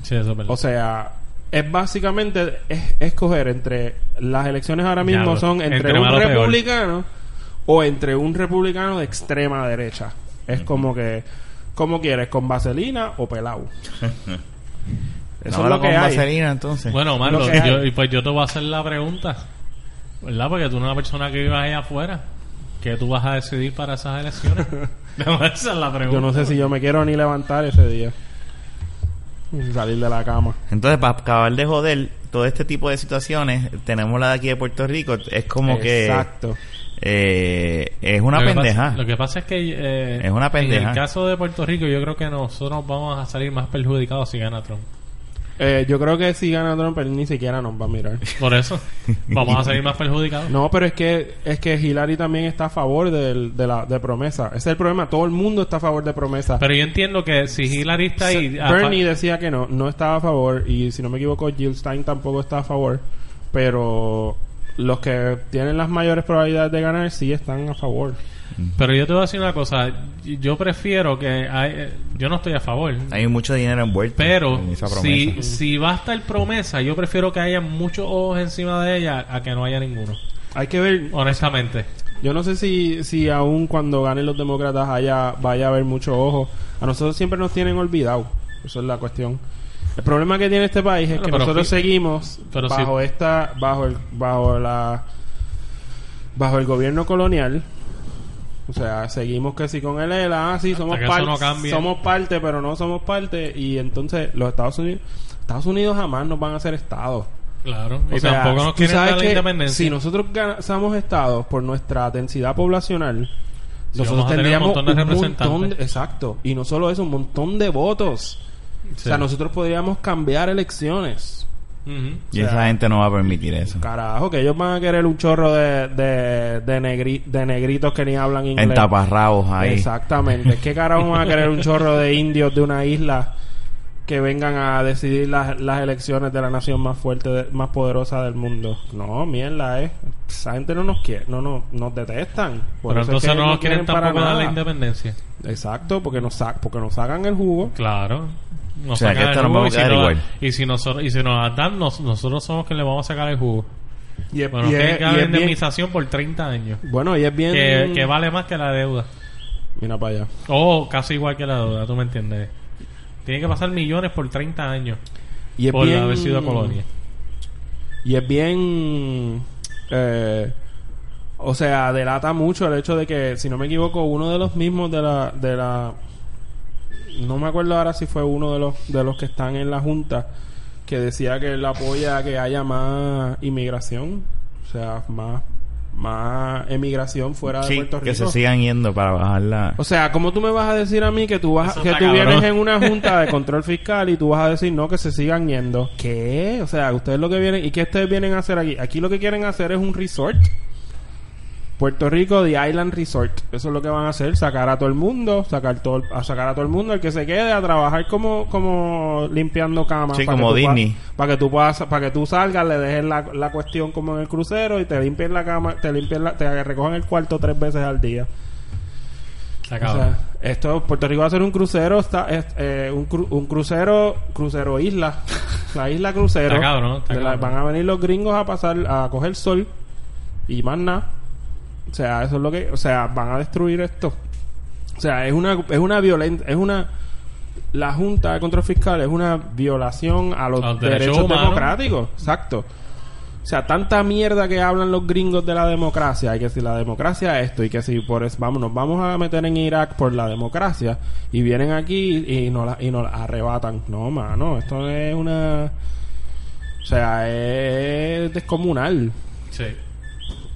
Speaker 2: Sí, eso es verdad.
Speaker 3: O sea, es básicamente es escoger entre las elecciones ahora mismo
Speaker 2: Diablo.
Speaker 3: son entre,
Speaker 2: Entre
Speaker 3: un
Speaker 2: malo, peor.
Speaker 3: republicano o entre un republicano de extrema derecha. Es como que como quieres, con vaselina o pelado. Eso es
Speaker 1: Ahora
Speaker 3: lo que
Speaker 1: con
Speaker 3: hay.
Speaker 1: vaselina, entonces.
Speaker 2: Bueno, Marlo,
Speaker 3: Lo que hay.
Speaker 2: yo- y pues yo te voy a hacer la pregunta, ¿verdad? Porque tú eres una persona que vive ahí afuera. ¿Qué tú vas a decidir para esas elecciones? Esa es la pregunta.
Speaker 3: Yo no sé si yo me quiero ni levantar ese día. Ni Salir de la cama.
Speaker 1: Entonces, para acabar de joder todo este tipo de situaciones, tenemos la de aquí de Puerto Rico. Es como
Speaker 3: Exacto.
Speaker 1: que eh, es una
Speaker 2: Lo que
Speaker 1: pendeja.
Speaker 2: pasa- lo que pasa es que... eh,
Speaker 1: Es una
Speaker 2: En
Speaker 1: pendeja.
Speaker 2: el caso de Puerto Rico, yo creo que nosotros vamos a salir más perjudicados si gana Trump.
Speaker 3: Eh, yo creo que si gana Trump él ni siquiera nos va a mirar.
Speaker 2: Por eso, vamos a salir más perjudicados.
Speaker 3: No, pero es que es que Hillary también está a favor del- de, la, de promesa. Ese es el problema. Todo el mundo está a favor de promesa.
Speaker 2: Pero yo entiendo que si Hillary está ahí...
Speaker 3: Se-
Speaker 2: a-
Speaker 3: Bernie decía que no, no estaba a favor y si no me equivoco Jill Stein tampoco está a favor, pero los que tienen las mayores probabilidades de ganar sí están a favor.
Speaker 2: Pero yo te voy a decir una cosa. Yo prefiero que... hay- eh, yo no estoy a favor.
Speaker 1: Hay mucho dinero envuelto
Speaker 2: Pero
Speaker 1: en esa
Speaker 2: si,
Speaker 1: promesa.
Speaker 2: si va a estar promesa, yo prefiero que haya muchos ojos encima de ella a que no haya ninguno.
Speaker 3: Hay que ver,
Speaker 2: Honestamente.
Speaker 3: yo no sé si, si aún cuando ganen los demócratas haya, vaya a haber mucho ojo. A nosotros siempre nos tienen olvidado, eso es la cuestión. El problema que tiene este país es
Speaker 2: Bueno,
Speaker 3: que
Speaker 2: pero
Speaker 3: nosotros
Speaker 2: fi-
Speaker 3: seguimos
Speaker 2: pero si-
Speaker 3: bajo esta, bajo el, bajo la, bajo el gobierno colonial O sea, seguimos que sí con el ELA, ah, sí, somos
Speaker 2: que eso
Speaker 3: parte,
Speaker 2: no cambie.
Speaker 3: somos parte, pero no somos parte. Y entonces los Estados Unidos, Estados Unidos jamás nos van a ser Estados.
Speaker 2: Claro.
Speaker 3: O
Speaker 2: y
Speaker 3: sea,
Speaker 2: tampoco nos
Speaker 3: tú
Speaker 2: quieren
Speaker 3: sabes
Speaker 2: dar la
Speaker 3: que
Speaker 2: independencia.
Speaker 3: Si nosotros ganamos estados por nuestra densidad poblacional,
Speaker 2: Sí, vamos
Speaker 3: nosotros
Speaker 2: a tener un
Speaker 3: tendríamos
Speaker 2: montón de representantes.
Speaker 3: de- exacto, y no solo eso, un montón de votos. O sea,
Speaker 2: Sí.
Speaker 3: nosotros podríamos cambiar elecciones.
Speaker 2: Ujú.
Speaker 1: Y esa gente no va a permitir eso.
Speaker 3: Carajo, que ellos van a querer un chorro de, de, de, negri- de negritos que ni hablan inglés.
Speaker 1: En taparrabos ahí.
Speaker 3: Exactamente. ¿Qué carajo van a querer un chorro de indios de una isla que vengan a decidir las, las elecciones de la nación más fuerte, de- más poderosa del mundo? No, mierda, eh. Esa gente no nos quiere, no, no nos detestan. Por
Speaker 2: Pero
Speaker 3: eso es
Speaker 2: entonces
Speaker 3: que
Speaker 2: no nos quieren
Speaker 3: para
Speaker 2: tampoco dar la
Speaker 3: nada.
Speaker 2: independencia.
Speaker 3: Exacto, porque nos, sa- porque nos sacan el jugo.
Speaker 2: Claro. Nos
Speaker 1: O sea, que
Speaker 2: sacan
Speaker 1: esto
Speaker 2: el
Speaker 1: nos
Speaker 2: jugo
Speaker 1: va a
Speaker 2: y si
Speaker 1: quedar
Speaker 2: nos-
Speaker 1: igual.
Speaker 2: Y si, nosotros, y si nos la dan, nos- nosotros somos quienes le vamos a sacar el jugo.
Speaker 3: Y es,
Speaker 2: Bueno,
Speaker 3: y
Speaker 2: tienen
Speaker 3: es-
Speaker 2: que haber
Speaker 3: y es bien,
Speaker 2: indemnización por 30 años.
Speaker 3: bueno, y es bien...
Speaker 2: Que, que vale más que la deuda.
Speaker 3: Mira para allá.
Speaker 2: O casi igual que la deuda, tú me entiendes. Tiene que pasar millones por 30 años
Speaker 3: Y es
Speaker 2: por
Speaker 3: bien...
Speaker 2: haber sido colonia.
Speaker 3: Y es bien. eh, o sea, delata mucho el hecho de que, si no me equivoco, uno de los mismos de la. De la no me acuerdo ahora si fue uno de los, de los que están en la Junta que decía que él apoya que haya más inmigración. O sea, más, más emigración fuera de
Speaker 1: Sí,
Speaker 3: Puerto Rico.
Speaker 1: que se sigan yendo para bajar la...
Speaker 3: O sea, ¿cómo tú me vas a decir a mí que tú vas
Speaker 2: Eso
Speaker 3: que
Speaker 2: está
Speaker 3: tú vienes
Speaker 2: cabrón.
Speaker 3: en una junta de control fiscal y tú vas a decir no que se sigan yendo? ¿Qué? O sea, ustedes lo que vienen y qué ustedes vienen a hacer aquí? Aquí lo que quieren hacer es un resort. Puerto Rico The Island Resort. Eso es lo que van a hacer, sacar a todo el mundo, sacar todo el- a sacar a todo el mundo el que se quede a trabajar como como limpiando camas
Speaker 1: Sí,
Speaker 3: para que
Speaker 1: como
Speaker 3: tú puedas-
Speaker 1: Disney.
Speaker 3: para que tú puedas para que tú salgas, le dejes la, la cuestión como en el crucero y te limpien la cama, te limpien la, te recojan el cuarto tres veces al día.
Speaker 2: Está
Speaker 3: O
Speaker 2: cabrón.
Speaker 3: sea, esto, Puerto Rico va a ser un crucero, está, es- eh, un, cru- un crucero, crucero isla, la isla crucero.
Speaker 2: Está cabrón, está
Speaker 3: De la-
Speaker 2: cabrón.
Speaker 3: Van a venir los gringos a pasar, a coger sol y más nada. O sea, eso es lo que, o sea, van a destruir esto. O sea, es una, es una violencia, es una, la Junta de Control Fiscal es una violación a los,
Speaker 2: A los derechos
Speaker 3: derechos,
Speaker 2: humanos.
Speaker 3: democráticos, exacto. O sea, tanta mierda que hablan los gringos de la democracia, y que si la democracia esto, y que si por es, vamos, nos vamos a meter en Irak por la democracia, y vienen aquí y nos la, y nos la arrebatan. No, mano, esto es una... O sea, es descomunal.
Speaker 2: Sí.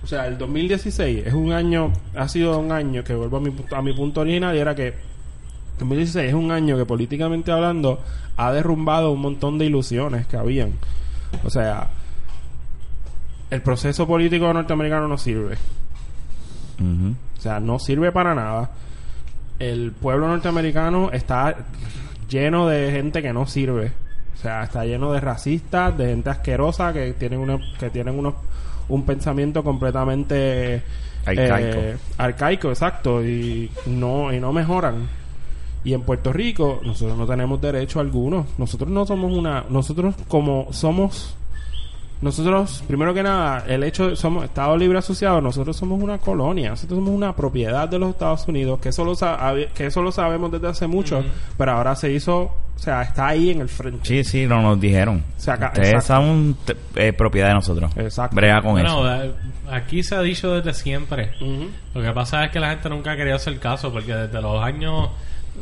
Speaker 3: O sea, el 2016 es un año, ha sido un año que vuelvo a mi, pu- a mi punto original y era que 2016 es un año que políticamente hablando ha derrumbado un montón de ilusiones que habían. O sea, el proceso político norteamericano no sirve.
Speaker 1: Ujú.
Speaker 3: O sea, no sirve para nada. El pueblo norteamericano está lleno de gente que no sirve. O sea, está lleno de racistas, de gente asquerosa que tienen una, que tienen unos un pensamiento completamente
Speaker 1: Arcaico.
Speaker 3: eh, arcaico, exacto, y no y no mejoran. Y en Puerto Rico nosotros no tenemos derecho alguno. Nosotros no somos una, nosotros como somos nosotros, primero que nada, el hecho de somos Estado Libre Asociado, nosotros somos una colonia, nosotros somos una propiedad de los Estados Unidos, que eso lo, sa- que eso lo sabemos desde hace mucho, pero ahora se hizo, o sea, está ahí en el frente.
Speaker 1: Sí, sí, no nos dijeron.
Speaker 3: Se acá-
Speaker 1: Ustedes
Speaker 3: exacto.
Speaker 1: son t- eh, propiedad de nosotros.
Speaker 3: Exacto.
Speaker 1: Brega con eso.
Speaker 2: Bueno, eh, aquí se ha dicho desde siempre.
Speaker 3: Ujú.
Speaker 2: Lo que pasa es que la gente nunca ha querido hacer caso porque desde los años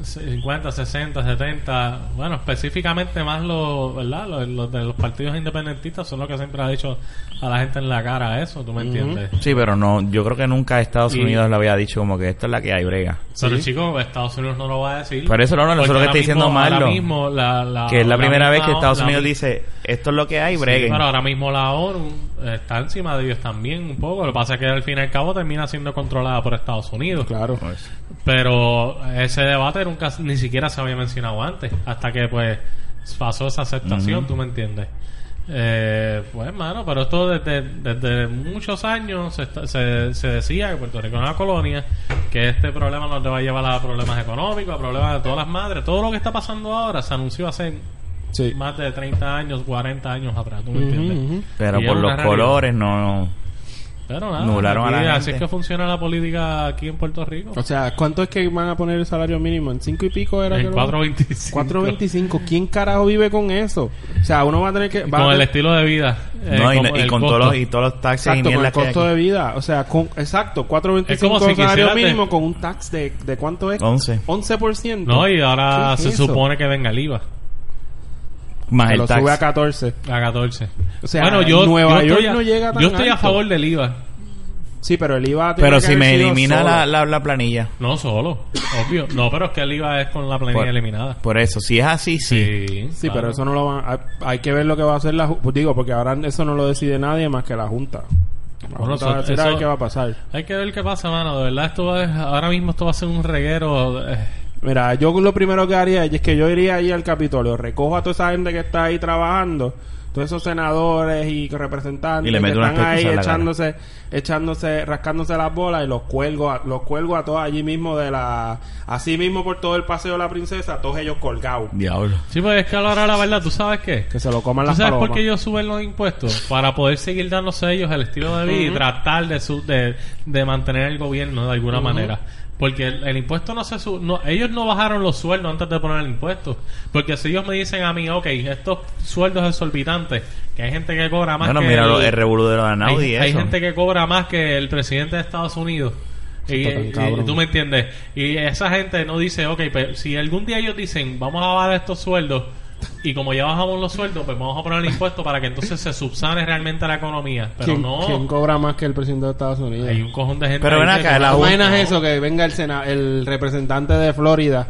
Speaker 2: 50, 60, 70, bueno, específicamente más los, ¿verdad? Los, los de los partidos independentistas son los que siempre ha dicho a la gente en la cara eso, ¿tú me entiendes?
Speaker 1: Sí, pero no, yo creo que nunca Estados
Speaker 2: Y-
Speaker 1: Unidos le había dicho como que esto es la que hay brega.
Speaker 2: Pero chicos, Estados Unidos no lo va a decir.
Speaker 1: Por eso, Laura, eso es lo
Speaker 2: Porque
Speaker 1: que
Speaker 2: ahora
Speaker 1: estoy diciendo,
Speaker 2: mismo- ahora
Speaker 1: Marlon,
Speaker 2: mismo la-
Speaker 1: que es la primera vez
Speaker 2: misma
Speaker 1: que
Speaker 2: o-
Speaker 1: Estados
Speaker 2: la
Speaker 1: Unidos
Speaker 2: mi-
Speaker 1: dice esto es lo que hay,
Speaker 2: Sí,
Speaker 1: breguen.
Speaker 2: pero ahora mismo la ONU está encima de ellos también un poco. Lo que pasa es que al fin y al cabo termina siendo controlada por Estados Unidos.
Speaker 3: Claro.
Speaker 1: Pues,
Speaker 2: Pero ese debate nunca ni siquiera se había mencionado antes, hasta que pues pasó esa aceptación, tú me entiendes. Eh, pues hermano, pero esto desde, desde muchos años se, está- se, se decía que Puerto Rico era una colonia, que este problema nos va a llevar a problemas económicos, a problemas de todas las madres, todo lo que está pasando ahora se anunció hace
Speaker 3: Sí.
Speaker 2: más de 30 años, 40 años atrás, tú me
Speaker 3: Ujú,
Speaker 2: entiendes.
Speaker 3: ujú.
Speaker 1: pero
Speaker 2: Y es
Speaker 1: por
Speaker 2: una Eh,
Speaker 1: los
Speaker 2: realidad.
Speaker 1: colores no,
Speaker 2: Pero nada,
Speaker 1: Nublaron a la
Speaker 2: aquí,
Speaker 1: gente.
Speaker 2: así es que funciona la política aquí en Puerto Rico.
Speaker 3: O sea, ¿cuánto es que van a poner el salario mínimo? ¿En cinco y pico era que
Speaker 2: En
Speaker 3: lo-
Speaker 2: 4.25.
Speaker 3: 4.25. ¿Quién carajo vive con eso? O sea, uno va a tener que... va a
Speaker 2: Con el
Speaker 3: tener-
Speaker 2: estilo de vida. eh,
Speaker 1: no, y,
Speaker 2: como
Speaker 1: y
Speaker 2: el
Speaker 1: con
Speaker 2: costo.
Speaker 1: todos los, y todos los taxis y
Speaker 3: Exacto, con
Speaker 1: mierda
Speaker 3: el
Speaker 1: que hay
Speaker 3: costo
Speaker 1: aquí.
Speaker 3: de vida. O sea, con, exacto, 4.25
Speaker 2: Es como si
Speaker 3: salario
Speaker 2: quisieras de-
Speaker 3: mínimo con un tax de, de cuánto es?
Speaker 1: 11.
Speaker 3: 11%.
Speaker 2: No, y ahora
Speaker 3: ¿Qué
Speaker 2: se
Speaker 3: es eso?
Speaker 2: supone que venga el IVA
Speaker 1: Más
Speaker 3: Que
Speaker 1: Ah, el
Speaker 3: lo sube a
Speaker 1: tax.
Speaker 3: 14.
Speaker 2: a 14.
Speaker 3: O sea,
Speaker 2: bueno, yo,
Speaker 3: Nueva
Speaker 2: yo
Speaker 3: York
Speaker 2: estoy a,
Speaker 3: no llega tan
Speaker 2: Yo estoy a
Speaker 3: alto.
Speaker 2: favor del IVA.
Speaker 3: Sí, pero el IVA... tiene
Speaker 1: Pero
Speaker 3: que
Speaker 1: si
Speaker 3: haber
Speaker 1: me
Speaker 3: sido
Speaker 1: elimina
Speaker 3: solo.
Speaker 1: la, la, la planilla.
Speaker 2: No solo, obvio. No, pero es que el IVA es con la planilla
Speaker 1: Por-
Speaker 2: eliminada.
Speaker 1: Por eso, si es así, sí.
Speaker 3: Sí, pero eso no lo van... Hay, hay que ver lo que va a hacer la... ju- pues Digo, porque ahora eso no lo decide nadie más que la Junta. La
Speaker 2: Bueno,
Speaker 3: Junta va a
Speaker 2: eso-
Speaker 3: decir a ver
Speaker 2: eso-
Speaker 3: qué va a pasar.
Speaker 2: Hay que ver qué pasa, mano. De verdad, esto va a- ahora mismo esto va a ser un reguero. eh,
Speaker 3: Mira, yo lo primero que haría es que yo iría ahí al Capitolio, recojo a toda esa gente que está ahí trabajando, todos esos senadores y representantes
Speaker 1: Y le
Speaker 3: que
Speaker 1: meto unas
Speaker 3: están ahí
Speaker 1: pescosas en la cara.
Speaker 3: echándose, echándose, rascándose las bolas y los cuelgo, a, los cuelgo a todos allí mismo de la, así mismo por todo el paseo de la princesa, todos ellos colgados,
Speaker 1: Diablo.
Speaker 2: Sí, pues es que ahora la verdad, ¿tú sabes qué?
Speaker 3: que se lo coman
Speaker 2: ¿Tú
Speaker 3: las
Speaker 2: sabes
Speaker 3: palomas.
Speaker 2: por qué ellos suben los impuestos? Para poder seguir dándose ellos el estilo de vida y tratar de, su- de, de mantener el gobierno de alguna manera. Porque el, el impuesto no se sube. No, ellos no bajaron los sueldos antes de poner el impuesto. Porque si ellos me dicen a mí, ok, estos sueldos exorbitantes, que hay gente que cobra más
Speaker 1: Bueno,
Speaker 2: que.
Speaker 1: mira
Speaker 2: el-
Speaker 1: lo- el revolú de los Anaudi
Speaker 2: hay,
Speaker 1: y
Speaker 2: hay
Speaker 1: eso.
Speaker 2: gente que cobra más que el presidente de Estados Unidos. Y,
Speaker 3: Está tan
Speaker 2: y-
Speaker 3: cabrón.
Speaker 2: tú me entiendes. Y esa gente no dice, ok, pues, si algún día ellos dicen, vamos a bajar estos sueldos, y como ya bajamos los sueldos, pues vamos a poner el impuesto para que entonces se subsane realmente la economía. Pero
Speaker 3: ¿Quién,
Speaker 2: no,
Speaker 3: quién cobra más que el presidente de Estados Unidos?
Speaker 2: hay un cojón de gente.
Speaker 1: Pero
Speaker 2: ahí
Speaker 1: ven
Speaker 2: que
Speaker 1: acá, la
Speaker 3: ¿Te
Speaker 2: cobra-
Speaker 3: imaginas
Speaker 2: No.
Speaker 3: eso? Que venga el, sena- el representante de Florida,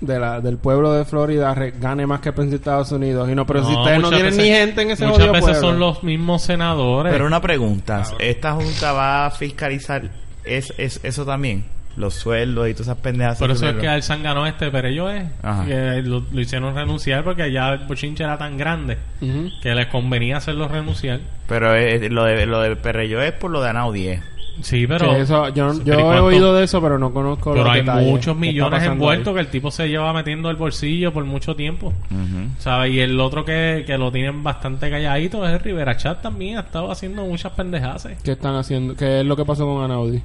Speaker 3: de la, del pueblo de Florida, re- gane más que el presidente de Estados Unidos. Y no, pero si ustedes no
Speaker 2: muchas
Speaker 3: tienen ni
Speaker 2: veces-
Speaker 3: gente en ese
Speaker 2: Muchas
Speaker 3: jodido
Speaker 2: veces
Speaker 3: pueblo.
Speaker 2: son los mismos senadores.
Speaker 1: Pero una pregunta, ¿esta junta va a fiscalizar es, es, eso también? Los sueldos y todas esas pendejas.
Speaker 2: Por eso es que
Speaker 1: Pero-
Speaker 2: al Sangano este Perello es.
Speaker 1: Ajá.
Speaker 2: que lo, lo hicieron renunciar porque ya el bochinche era tan grande
Speaker 3: Ujú.
Speaker 2: que les convenía hacerlo renunciar.
Speaker 1: Pero eh, lo, de, lo del Perrello es por lo de Anaudi. eh.
Speaker 2: Sí, pero.
Speaker 3: Que eso, yo yo
Speaker 2: pero ¿y
Speaker 3: he
Speaker 2: cuánto?
Speaker 3: oído de eso, pero no conozco
Speaker 2: Pero
Speaker 3: los
Speaker 2: hay
Speaker 3: detalles
Speaker 2: muchos
Speaker 3: que está
Speaker 2: millones
Speaker 3: pasando
Speaker 2: envueltos
Speaker 3: ahí.
Speaker 2: que el tipo se lleva metiendo el bolsillo por mucho tiempo.
Speaker 1: Ujú.
Speaker 2: ¿Sabes? Y el otro que, que lo tienen bastante calladito es el Rivera Chat también. Ha estado haciendo muchas pendejadas.
Speaker 3: ¿Qué están haciendo? ¿Qué es lo que pasó con Anaudi?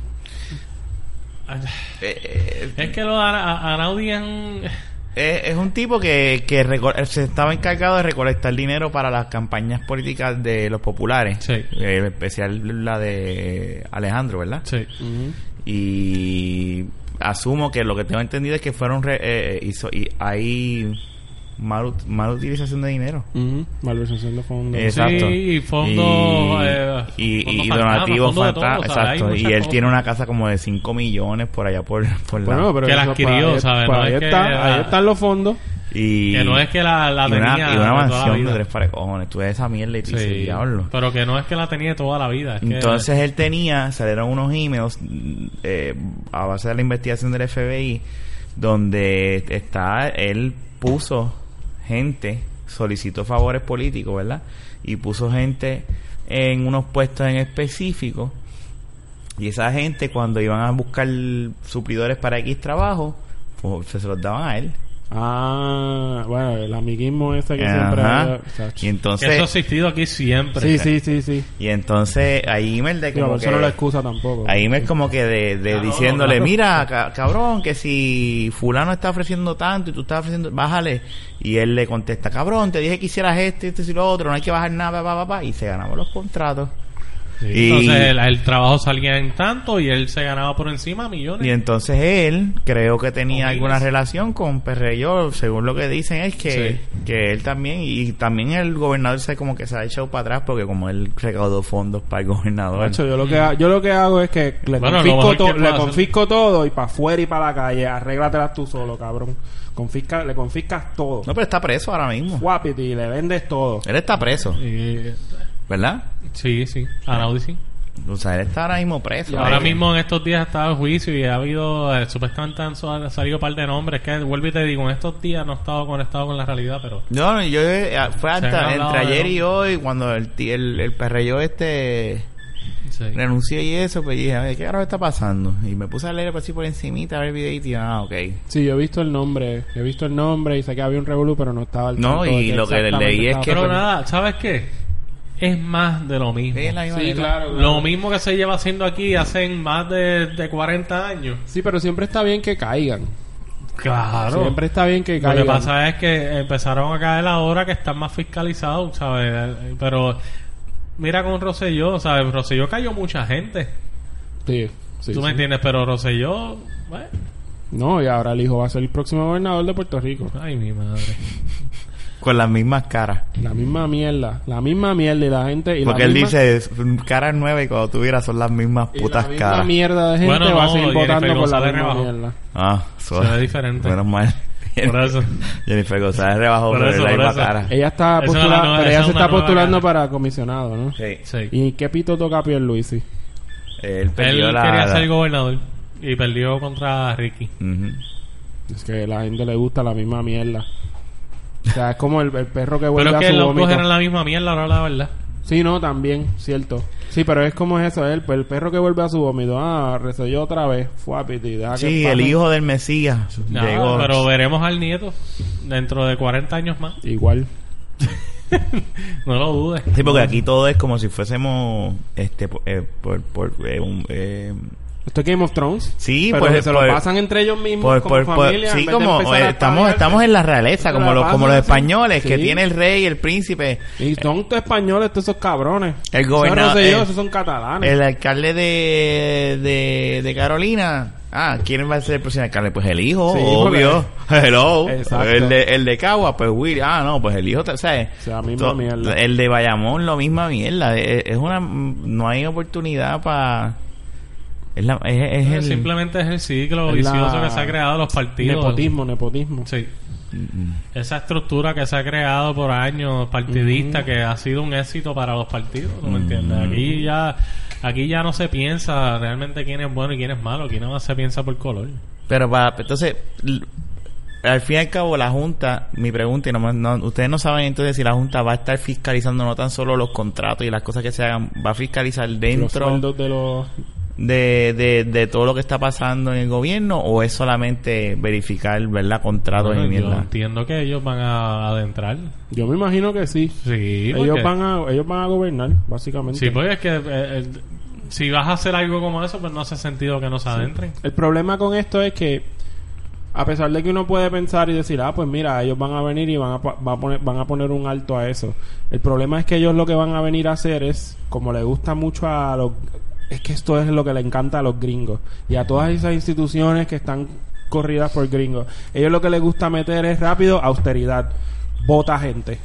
Speaker 1: Eh, eh,
Speaker 2: Es que lo de Ana- a- Anaudi es un-
Speaker 1: es, es un tipo que, que reco- se estaba encargado de recolectar dinero para las campañas políticas de los populares.
Speaker 2: Sí.
Speaker 1: Eh, en especial la de Alejandro, ¿verdad?
Speaker 2: Sí.
Speaker 1: Y asumo que lo que tengo entendido es que fueron. re- eh, hizo, y hay mal, ut- mal utilización de dinero.
Speaker 3: Ujú. Malversación de fondos.
Speaker 2: Es-
Speaker 1: Exacto.
Speaker 2: y fondos,
Speaker 1: Y-
Speaker 2: eh,
Speaker 1: y,
Speaker 2: fondos
Speaker 1: y
Speaker 2: fantasma,
Speaker 1: donativos
Speaker 2: fondos de todo,
Speaker 1: fantasma,
Speaker 2: o sea, hay
Speaker 1: exacto. Y
Speaker 2: muchas
Speaker 1: él
Speaker 2: cosas.
Speaker 1: tiene una casa como de 5 millones por allá por, por la-
Speaker 3: Bueno, pero
Speaker 2: Que la
Speaker 3: eso,
Speaker 2: adquirió,
Speaker 3: pues, ahí-
Speaker 2: ¿sabes?
Speaker 3: pues,
Speaker 2: No
Speaker 3: ahí,
Speaker 2: es que
Speaker 3: está,
Speaker 2: la-
Speaker 3: ahí están los fondos.
Speaker 1: Y,
Speaker 2: Que no es que la, la
Speaker 1: y una,
Speaker 2: tenía.
Speaker 1: y una
Speaker 2: de toda la
Speaker 1: mansión
Speaker 2: vida.
Speaker 1: de tres parejones. Tú ves esa mierda y tú dices,
Speaker 2: Sí.
Speaker 1: diablo.
Speaker 2: Pero que no es que la tenía de toda la vida. es que-
Speaker 1: Entonces él tenía, salieron unos emails mm, eh, a base de la investigación del FBI, donde está, él puso gente, solicitó favores políticos, ¿verdad? Y puso gente en unos puestos en específico. Y esa gente, cuando iban a buscar suplidores para X trabajo, pues, se los daban a él.
Speaker 3: Ah, bueno, el amiguismo ese que siempre...
Speaker 1: Ajá.
Speaker 3: Chacho.
Speaker 1: Y
Speaker 2: que
Speaker 1: entonces,
Speaker 2: eso ha existido aquí siempre.
Speaker 3: Sí, sí, sí, sí.
Speaker 1: y entonces, ahí email de
Speaker 3: Digo,
Speaker 1: como
Speaker 3: pero eso no
Speaker 1: que-
Speaker 3: es la excusa tampoco.
Speaker 1: Ahí me es como que de, de
Speaker 2: Claro,
Speaker 1: diciéndole,
Speaker 2: claro.
Speaker 1: mira, ca- cabrón, que si fulano está ofreciendo tanto y tú estás ofreciendo, bájale. Y él le contesta, cabrón, te dije que hicieras esto, esto y lo otro, no hay que bajar nada, pa, pa, pa, y se ganamos los contratos. Y-
Speaker 2: Entonces el, el trabajo salía en tanto y él se ganaba por encima millones.
Speaker 1: Y entonces él, creo que tenía
Speaker 2: Con
Speaker 1: alguna
Speaker 2: miles.
Speaker 1: relación con Perrello, según lo que dicen es que,
Speaker 2: Sí.
Speaker 1: que él también, y también el gobernador se como que se ha echado para atrás porque como él recaudó fondos para el gobernador.
Speaker 3: Macho, yo lo que yo lo que hago es que le
Speaker 2: Bueno, lo
Speaker 3: confisco
Speaker 2: mejor
Speaker 3: todo,
Speaker 2: que puedo
Speaker 3: le
Speaker 2: hacer.
Speaker 3: confisco todo y para afuera y para la calle, arréglatelas tú solo, cabrón. Confisca, le confiscas todo.
Speaker 1: No, pero está preso ahora mismo.
Speaker 3: Guapiti, y le vendes todo.
Speaker 1: Él está preso,
Speaker 2: Y-
Speaker 1: ¿verdad?
Speaker 2: sí, sí. Anaudi sí.
Speaker 1: O sea, él está ahora mismo preso.
Speaker 2: Y ahora
Speaker 1: Ahí.
Speaker 2: mismo en estos días ha estado en juicio y ha habido, eh, supuestamente han so- han salido un par de nombres. Que vuelvo y te digo, en estos días no he estado conectado con la realidad, pero.
Speaker 1: No, no, yo eh, fue
Speaker 2: Se han
Speaker 1: hasta
Speaker 2: hablado
Speaker 1: entre
Speaker 2: de
Speaker 1: ayer y
Speaker 2: lo-
Speaker 1: hoy cuando el ti- el, el perrello este
Speaker 2: Sí.
Speaker 1: renunció y eso, pues dije, a ver, ¿qué carajo está pasando? Y me puse a leer así por encimita, a ver el videito y ah, ok.
Speaker 3: Sí, yo he visto el nombre, he visto el nombre y sé que había un revolú, pero no estaba al
Speaker 1: No,
Speaker 3: tanto de
Speaker 1: y
Speaker 3: qué
Speaker 1: lo que
Speaker 3: exactamente
Speaker 1: leí es
Speaker 3: estaba
Speaker 1: que-
Speaker 2: Pero
Speaker 3: pasando.
Speaker 2: nada, ¿sabes qué? es más de lo mismo.
Speaker 1: Sí, es la misma
Speaker 3: Sí,
Speaker 1: mierda.
Speaker 3: claro.
Speaker 2: Lo mismo que se lleva haciendo aquí hace más de, de 40 años.
Speaker 3: Sí, pero siempre está bien que caigan.
Speaker 2: Claro.
Speaker 3: Siempre está bien que
Speaker 2: Lo
Speaker 3: caigan.
Speaker 2: que pasa es que empezaron a caer ahora que están más fiscalizados, ¿sabes? Eh, Pero mira con Rosselló, ¿sabes? Rosselló cayó mucha gente.
Speaker 3: Sí, sí,
Speaker 2: ¿Tú
Speaker 3: sí.
Speaker 2: me entiendes? Pero Rosselló... bueno,
Speaker 3: No, y ahora el hijo va a ser el próximo gobernador de Puerto Rico.
Speaker 2: ay, mi madre.
Speaker 1: Con las mismas caras.
Speaker 3: La misma mierda. La misma mierda y la gente... Y la
Speaker 1: Porque él
Speaker 3: misma-
Speaker 1: dice es, caras nuevas y cuando tú miras son las mismas
Speaker 3: y
Speaker 1: putas
Speaker 3: la misma
Speaker 1: caras.
Speaker 3: mierda de gente
Speaker 2: Bueno,
Speaker 3: va a
Speaker 2: no,
Speaker 3: seguir
Speaker 2: Jennifer
Speaker 3: votando por la
Speaker 2: González
Speaker 3: misma
Speaker 2: rebajó.
Speaker 3: mierda.
Speaker 1: Ah,
Speaker 2: Se
Speaker 1: suave.
Speaker 2: ve diferente.
Speaker 1: Menos mal.
Speaker 2: Por eso.
Speaker 1: Jennifer González rebajó
Speaker 2: Por
Speaker 1: pero
Speaker 2: eso,
Speaker 1: es la
Speaker 2: por
Speaker 1: misma
Speaker 2: eso.
Speaker 1: cara.
Speaker 3: Ella
Speaker 2: Esa es
Speaker 3: está
Speaker 2: la
Speaker 3: postulando,
Speaker 2: nueva-
Speaker 3: pero
Speaker 2: esa
Speaker 3: ella
Speaker 2: es
Speaker 3: se
Speaker 2: una
Speaker 3: está
Speaker 2: nueva
Speaker 3: postulando
Speaker 2: cara.
Speaker 3: para comisionado, ¿no?
Speaker 1: Sí.
Speaker 2: Sí.
Speaker 3: ¿Y qué pito toca Pierluisi?
Speaker 1: Él perdió
Speaker 2: Él
Speaker 1: la...
Speaker 2: quería
Speaker 1: la-
Speaker 2: ser gobernador y perdió contra Ricky.
Speaker 1: Ujú.
Speaker 3: Es que a la gente le gusta la misma mierda. O sea, es como el, el perro que
Speaker 2: Pero
Speaker 3: vuelve
Speaker 2: es
Speaker 3: a
Speaker 2: que
Speaker 3: su
Speaker 2: los dos
Speaker 3: vómito.
Speaker 2: eran la misma mierda, ahora la verdad.
Speaker 3: Sí, no, también, cierto. Sí, pero es como eso, el, el perro que vuelve a su vómito. Ah, resolvió otra vez. Fue a piti, deja Ah, que
Speaker 1: Sí,
Speaker 3: pase.
Speaker 1: el hijo del Mesías
Speaker 2: No,
Speaker 1: llegó.
Speaker 2: pero veremos al nieto dentro de 40 años más.
Speaker 3: Igual.
Speaker 2: No lo dudes.
Speaker 1: Sí, porque aquí todo es como si fuésemos este po- eh, por, por, eh, un, eh,
Speaker 3: Esto es Game of Thrones.
Speaker 1: Sí, pues,
Speaker 3: pero
Speaker 1: por-
Speaker 3: que se lo
Speaker 1: por-
Speaker 3: pasan entre ellos mismos
Speaker 1: por,
Speaker 3: como
Speaker 1: por- por-
Speaker 3: familia.
Speaker 1: pues,
Speaker 3: en
Speaker 1: sí,
Speaker 3: vez de
Speaker 1: como
Speaker 3: empezar
Speaker 1: eh,
Speaker 3: a
Speaker 1: estamos
Speaker 3: pelear.
Speaker 1: estamos en la realeza,
Speaker 3: Pero
Speaker 1: como
Speaker 3: la
Speaker 1: los como los
Speaker 3: pasan así.
Speaker 1: españoles que
Speaker 3: Sí.
Speaker 1: tiene el rey, el príncipe,
Speaker 3: Y son todos españoles, todos esos cabrones.
Speaker 1: El
Speaker 3: Esos
Speaker 1: gobernador-
Speaker 3: Rosselló,
Speaker 1: el-
Speaker 3: esos son catalanes.
Speaker 1: el alcalde de, de, de Carolina. Ah, ¿quién va a ser el próximo alcalde? Pues el hijo,
Speaker 3: Sí,
Speaker 1: obvio. Hello.
Speaker 3: Exacto.
Speaker 1: El de, el de Cagua, pues Will. Ah, no, pues el hijo, o sea,
Speaker 3: sea, misma
Speaker 1: to-
Speaker 3: mierda.
Speaker 1: el de Bayamón, lo misma mierda. E, Es es una, no hay oportunidad para, es la, es, es el,
Speaker 2: Simplemente es el ciclo
Speaker 3: Es
Speaker 2: vicioso
Speaker 3: la-
Speaker 2: que se ha creado los partidos.
Speaker 3: Nepotismo, nepotismo.
Speaker 2: Sí. Esa estructura que se ha creado por años partidista que ha sido un éxito para los partidos, ¿no me entiendes? Aquí ya aquí ya no se piensa realmente quién es bueno y quién es malo, aquí nada más se piensa por color.
Speaker 1: Pero para, entonces, l- al fin y al cabo, la Junta, mi pregunta, y no, me- no- ustedes no saben entonces si la Junta va a estar fiscalizando no tan solo los contratos y las cosas que se hagan, va a fiscalizar
Speaker 3: Los
Speaker 1: dentro
Speaker 3: sueldos de los...
Speaker 1: de, de, de todo lo que está pasando en el gobierno o es solamente verificar, ¿verdad? Contratos
Speaker 2: Bueno,
Speaker 1: y
Speaker 2: yo
Speaker 1: mierda.
Speaker 2: entiendo que ellos van a adentrar.
Speaker 3: Yo me imagino que sí.
Speaker 2: Sí,
Speaker 3: ellos
Speaker 2: porque-
Speaker 3: van a ellos van a gobernar, básicamente.
Speaker 2: Sí, porque es que eh, eh, si vas a hacer algo como eso, pues no hace sentido que no se adentren.
Speaker 3: El problema con esto es que a pesar de que uno puede pensar y decir, ah, pues mira, ellos van a venir y van a, pa- va a poner, van a poner un alto a eso. El problema es que ellos lo que van a venir a hacer es, como le gusta mucho a los... Es que esto es lo que le encanta a los gringos y a todas esas instituciones que están corridas por gringos. Ellos lo que les gusta meter es rápido austeridad. Vota gente.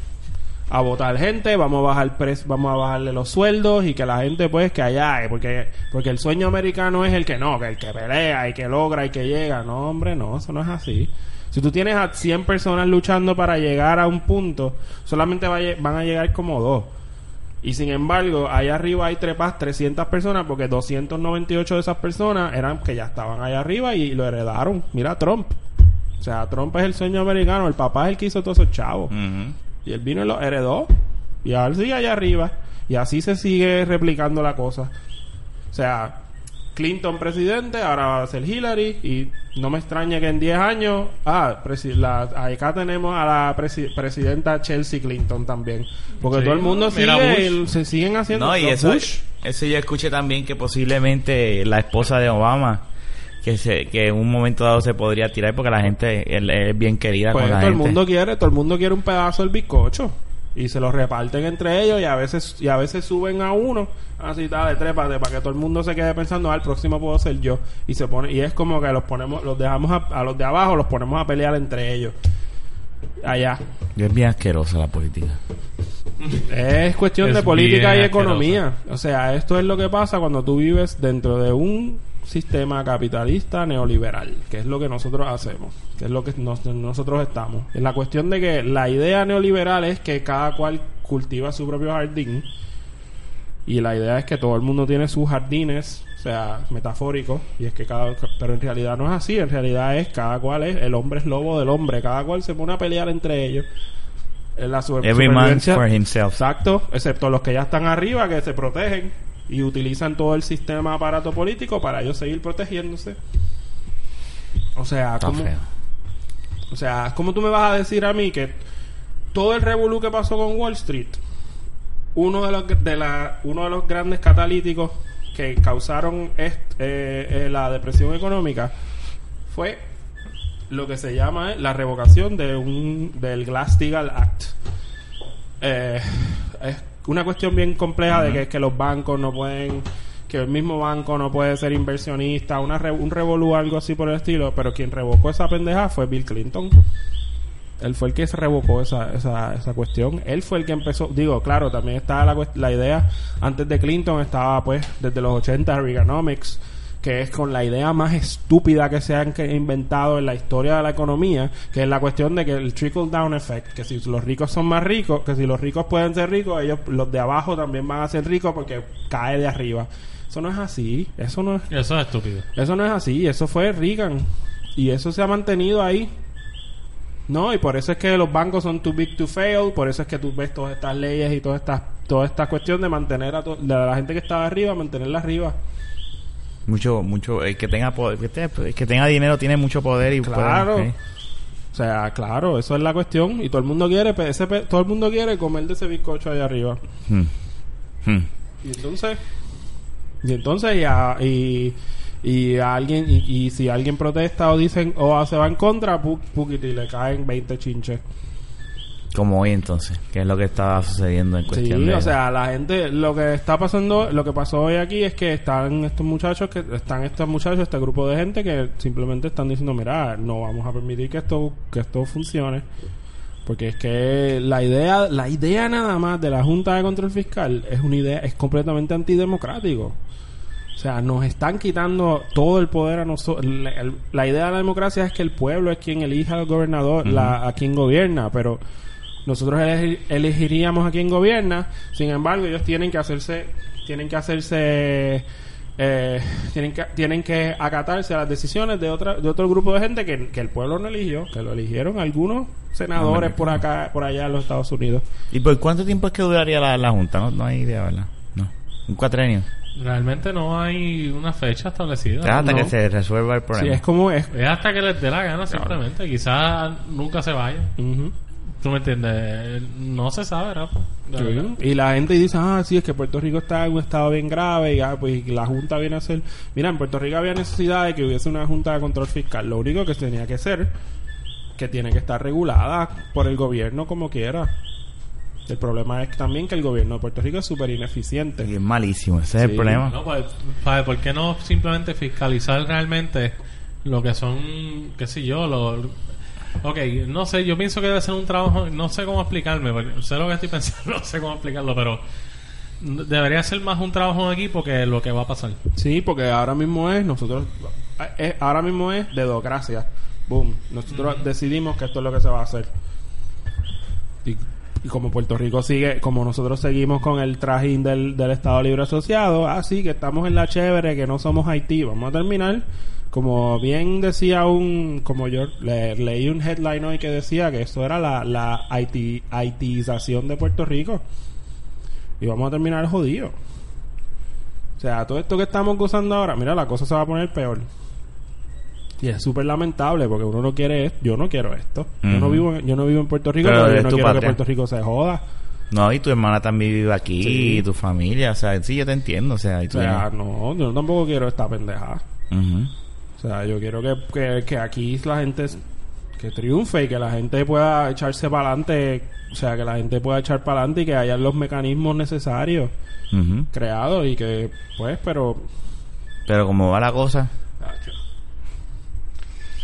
Speaker 3: a votar gente, vamos a bajar pres, vamos a bajarle los sueldos y que la gente pues que allá, eh, porque porque el sueño americano es el que no, que el que pelea y que logra y que llega, no hombre, no, eso no es así. Si tú tienes a 100 personas luchando para llegar a un punto, solamente va a lle- van a llegar como dos. Y sin embargo, allá arriba hay trepas 300 personas porque 298 de esas personas eran que ya estaban allá arriba y lo heredaron. Mira Trump. O sea, Trump es el sueño americano, el papá es el que hizo todos esos chavos.
Speaker 1: Ujú.
Speaker 3: Y él vino y lo heredó. Y ahora sigue allá arriba. Y así se sigue replicando la cosa. O sea, Clinton presidente, ahora va a ser Hillary. Y no me extraña que en 10 años. Ah, presi- la- acá tenemos a la presi- presidenta Chelsea Clinton también. Porque
Speaker 2: Sí.
Speaker 3: todo el mundo
Speaker 2: Mira
Speaker 3: sigue.
Speaker 2: Bush.
Speaker 3: y se siguen haciendo.
Speaker 1: No, y
Speaker 3: los
Speaker 1: eso,
Speaker 3: Bush.
Speaker 1: eso yo escuché también que posiblemente la esposa de Obama, que se, que en un momento dado se podría tirar porque la gente, él, él es bien querida
Speaker 3: Pues
Speaker 1: con la
Speaker 3: todo el
Speaker 1: gente.
Speaker 3: mundo quiere, todo el mundo quiere un pedazo del bizcocho y se lo reparten entre ellos y a veces y a veces suben a uno así dale trépate para que todo el mundo se quede pensando al próximo puedo ser yo y se pone y es como que los ponemos los dejamos a, a los de abajo los ponemos a pelear entre ellos allá
Speaker 1: Yo es bien asquerosa la política.
Speaker 3: Pues, es cuestión
Speaker 2: Es
Speaker 3: de política y
Speaker 2: bien
Speaker 3: economía o sea esto es lo que pasa cuando tú vives dentro de un sistema capitalista neoliberal que es lo que nosotros hacemos que es lo que nos- nosotros estamos es la cuestión de que la idea neoliberal es que cada cual cultiva su propio jardín y la idea es que todo el mundo tiene sus jardines, o sea, metafórico, y es que cada pero en realidad no es así, en realidad es cada cual es el hombre es lobo del hombre, cada cual se pone a pelear entre ellos. Eh, La super-
Speaker 1: Every man
Speaker 3: supervivencia-
Speaker 1: for himself.
Speaker 3: Exacto, excepto los que ya están arriba que se protegen y utilizan todo el sistema aparato político para ellos seguir protegiéndose. O sea,
Speaker 1: Está
Speaker 3: como
Speaker 1: feo.
Speaker 3: o sea, ¿cómo tú me vas a decir a mí que todo el revolú que pasó con Wall Street uno de los de la, uno de los grandes catalíticos que causaron est- eh, eh, la depresión económica fue lo que se llama eh, la revocación de un del Glass-Steagall Act. Eh, es una cuestión bien compleja de que, que los bancos no pueden que el mismo banco no puede ser inversionista, una re- un revolú algo así por el estilo, pero quien revocó esa pendeja fue Bill Clinton. Él fue el que se revocó esa, esa, esa cuestión. Él fue el que empezó. Digo, claro, también estaba la, cuest- la idea. Antes de Clinton estaba, pues, desde los 80 Reaganomics, que es con la idea más estúpida que se han que- inventado en la historia de la economía, que es la cuestión de que el trickle down effect, que si los ricos son más ricos, que si los ricos pueden ser ricos, ellos, los de abajo también van a ser ricos porque cae de arriba. Eso no es así. Eso no es
Speaker 2: Eso es estúpido.
Speaker 3: eso no es así, eso fue Reagan. Y eso se ha mantenido ahí. No, y por eso es que los bancos son too big to fail, por eso es que tú ves todas estas leyes y todas estas toda esta cuestión de mantener a, to- de la gente que estaba arriba, mantenerla arriba.
Speaker 1: Mucho, mucho. El que tenga poder, que te- el que tenga dinero tiene mucho poder y puede-
Speaker 3: Claro.
Speaker 1: ¿eh?
Speaker 3: O sea, claro, eso es la cuestión y todo el mundo quiere pe- ese pe- todo el mundo quiere comer de ese bizcocho allá arriba.
Speaker 1: Hmm. Hmm.
Speaker 3: Y entonces, y entonces ya, y, y a alguien, y, y si alguien protesta o dicen, o se va en contra, pu- puquiti, le caen 20 chinches.
Speaker 1: Como hoy entonces, que es lo que estaba sucediendo en
Speaker 3: Sí,
Speaker 1: cuestión de...
Speaker 3: o sea, la gente, lo que está pasando, lo que pasó hoy aquí es que están estos muchachos, que están estos muchachos, este grupo de gente que simplemente están diciendo, mira, no vamos a permitir que esto, que esto funcione, porque es que la idea, la idea nada más de la Junta de Control Fiscal es una idea, es completamente antidemocrático. O sea, nos están quitando todo el poder a nosotros. La, el- la idea de la democracia es que el pueblo es quien elija al gobernador, la, a quien gobierna, pero nosotros ele- elegiríamos a quien gobierna. Sin embargo, ellos tienen que hacerse, tienen que hacerse, eh, tienen que tienen que acatarse a las decisiones de otra de otro grupo de gente que, que el pueblo no eligió, que lo eligieron algunos senadores por acá, por allá en los Estados Unidos.
Speaker 1: ¿Y por cuánto tiempo es que duraría la, la junta? No, no hay idea, ¿verdad? No. Un cuatrenio.
Speaker 2: Realmente no hay una fecha establecida.
Speaker 1: Hasta
Speaker 3: no.
Speaker 1: que se resuelva el
Speaker 3: Sí,
Speaker 1: problema.
Speaker 3: es como es.
Speaker 2: Es hasta que les dé la gana simplemente. Quizás nunca se vaya.
Speaker 3: Ujú.
Speaker 2: ¿Tú me entiendes? Eh, No se sabe, Rafa. De
Speaker 3: Sí.
Speaker 2: verdad.
Speaker 3: Y la gente dice, ah, sí, es que Puerto Rico está en un estado bien grave y ah, pues la Junta viene a hacer... Mira, en Puerto Rico había necesidad de que hubiese una Junta de Control Fiscal. Lo único que tenía que ser, que tiene que estar regulada por el gobierno como quiera. El problema es también que el gobierno de Puerto Rico es súper ineficiente.
Speaker 1: Y es malísimo, ese es el
Speaker 3: Sí.
Speaker 1: problema.
Speaker 2: No, pues, ¿sabe? ¿Por qué no simplemente fiscalizar realmente lo que son, qué sé yo, lo... Ok, no sé, yo pienso que debe ser un trabajo, no sé cómo explicarme, porque sé lo que estoy pensando, no sé cómo explicarlo, pero debería ser más un trabajo en equipo que lo que va a pasar.
Speaker 3: Sí, porque ahora mismo es nosotros, es- ahora mismo es dedocracia. Boom. Nosotros decidimos que esto es lo que se va a hacer. Y, y como Puerto Rico sigue, como nosotros seguimos con el trajín del, del Estado Libre Asociado, así que estamos en la chévere, que no somos Haití, vamos a terminar. Como bien decía un, como yo le- leí un headline hoy que decía que esto era la, la haiti- haitización de Puerto Rico. Y vamos a terminar jodido. O sea, todo esto que estamos gozando ahora, mira, la cosa se va a poner peor. Y es súper lamentable porque uno no quiere esto. Yo no quiero esto. yo, no
Speaker 1: Ujú.
Speaker 3: vivo en, yo no vivo en Puerto Rico,
Speaker 1: Pero
Speaker 3: pero yo
Speaker 1: es
Speaker 3: no
Speaker 1: tu
Speaker 3: quiero que
Speaker 1: patria.
Speaker 3: Puerto Rico se joda.
Speaker 1: No, y tu hermana también vive aquí,
Speaker 3: Sí.
Speaker 1: y tu familia, o sea, sí, yo te entiendo, o sea, y
Speaker 3: O
Speaker 1: tú...
Speaker 3: sea, no, yo tampoco quiero esta pendejada.
Speaker 1: Ujú.
Speaker 3: O sea, yo quiero que, que, que aquí la gente s- que triunfe y que la gente pueda echarse para adelante. O sea, que la gente pueda echar para adelante y que haya los mecanismos necesarios
Speaker 1: Ujú.
Speaker 3: creados y que, pues, pero.
Speaker 1: Pero como va la cosa,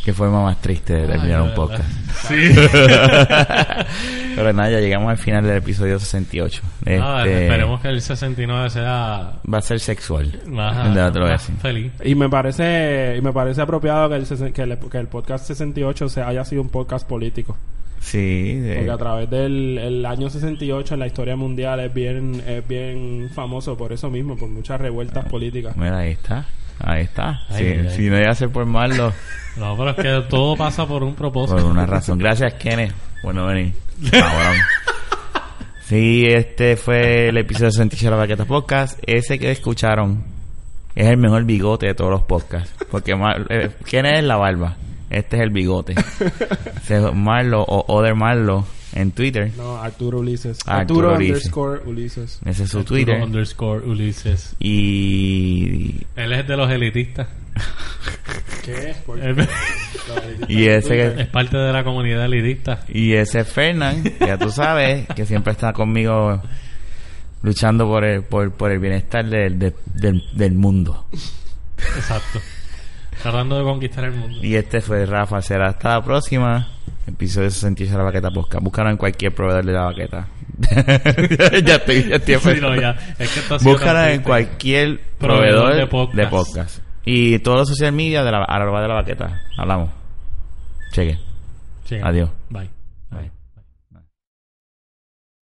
Speaker 1: que forma más triste de terminar
Speaker 2: Ay,
Speaker 1: un
Speaker 2: de
Speaker 1: podcast.
Speaker 2: verdad. Sí.
Speaker 1: Pero nada, ya llegamos al final del episodio 68.
Speaker 3: Ah,
Speaker 2: Nada,
Speaker 1: Este,
Speaker 2: Ah, esperemos que el 69 sea
Speaker 1: Va a ser sexual.
Speaker 2: más,
Speaker 1: Ya te lo voy a
Speaker 2: más
Speaker 1: decir.
Speaker 2: feliz.
Speaker 3: Y me parece, y me parece apropiado que el, sesen- que el, que el podcast 68 se haya sido un podcast político.
Speaker 1: Sí, de-
Speaker 3: Porque a través del el año 68 en la historia mundial es bien, es bien famoso por eso mismo, por muchas
Speaker 1: Ah.
Speaker 3: revueltas políticas.
Speaker 1: mira, ahí está. Ahí está.
Speaker 2: Ay,
Speaker 1: Sí,
Speaker 2: mira,
Speaker 1: si no llega a ser por malo,
Speaker 2: No, pero es que todo pasa por un propósito.
Speaker 1: por una razón. Gracias, Kenneth. Bueno, vení. Cabrón. Sí, este fue el episodio 68 de la Baqueta Podcast. Ese que escucharon es el mejor bigote de todos los podcasts. Porque Mar- eh, Kenneth es la barba. Este es el bigote. Se- Marlo o Other Marlo en en Twitter.
Speaker 3: No, Arturo Ulises.
Speaker 1: Arturo
Speaker 3: Arturo,
Speaker 1: Ulises.
Speaker 3: underscore Ulises.
Speaker 1: Ese es su
Speaker 2: Arturo
Speaker 1: Twitter.
Speaker 2: underscore Ulises.
Speaker 1: Y,
Speaker 2: Él es de los elitistas.
Speaker 3: ¿Qué?
Speaker 2: Él
Speaker 1: y ese que-
Speaker 2: es parte de la comunidad elitista.
Speaker 1: y ese es Fernán, que ya tú sabes, que siempre está conmigo luchando por el, por, por el bienestar del, del- del- del mundo.
Speaker 2: Exacto. Tratando de conquistar el mundo.
Speaker 1: Y este fue Rafa, será hasta la próxima. Episodio 68 de la baqueta Posca. Búscalo en cualquier proveedor de la baqueta. ya estoy, ya estoy
Speaker 2: Sí, no,
Speaker 1: empezando.
Speaker 2: ya. Es que esto ha sido tan
Speaker 1: Búscala en
Speaker 2: triste.
Speaker 1: cualquier
Speaker 2: Proveedor
Speaker 1: proveedor
Speaker 2: de
Speaker 1: de
Speaker 2: podcast.
Speaker 1: podcast. Y todos los social media de la arroba de la baqueta. Hablamos. Cheque.
Speaker 2: Llega.
Speaker 1: Adiós.
Speaker 2: Bye.
Speaker 1: Bye.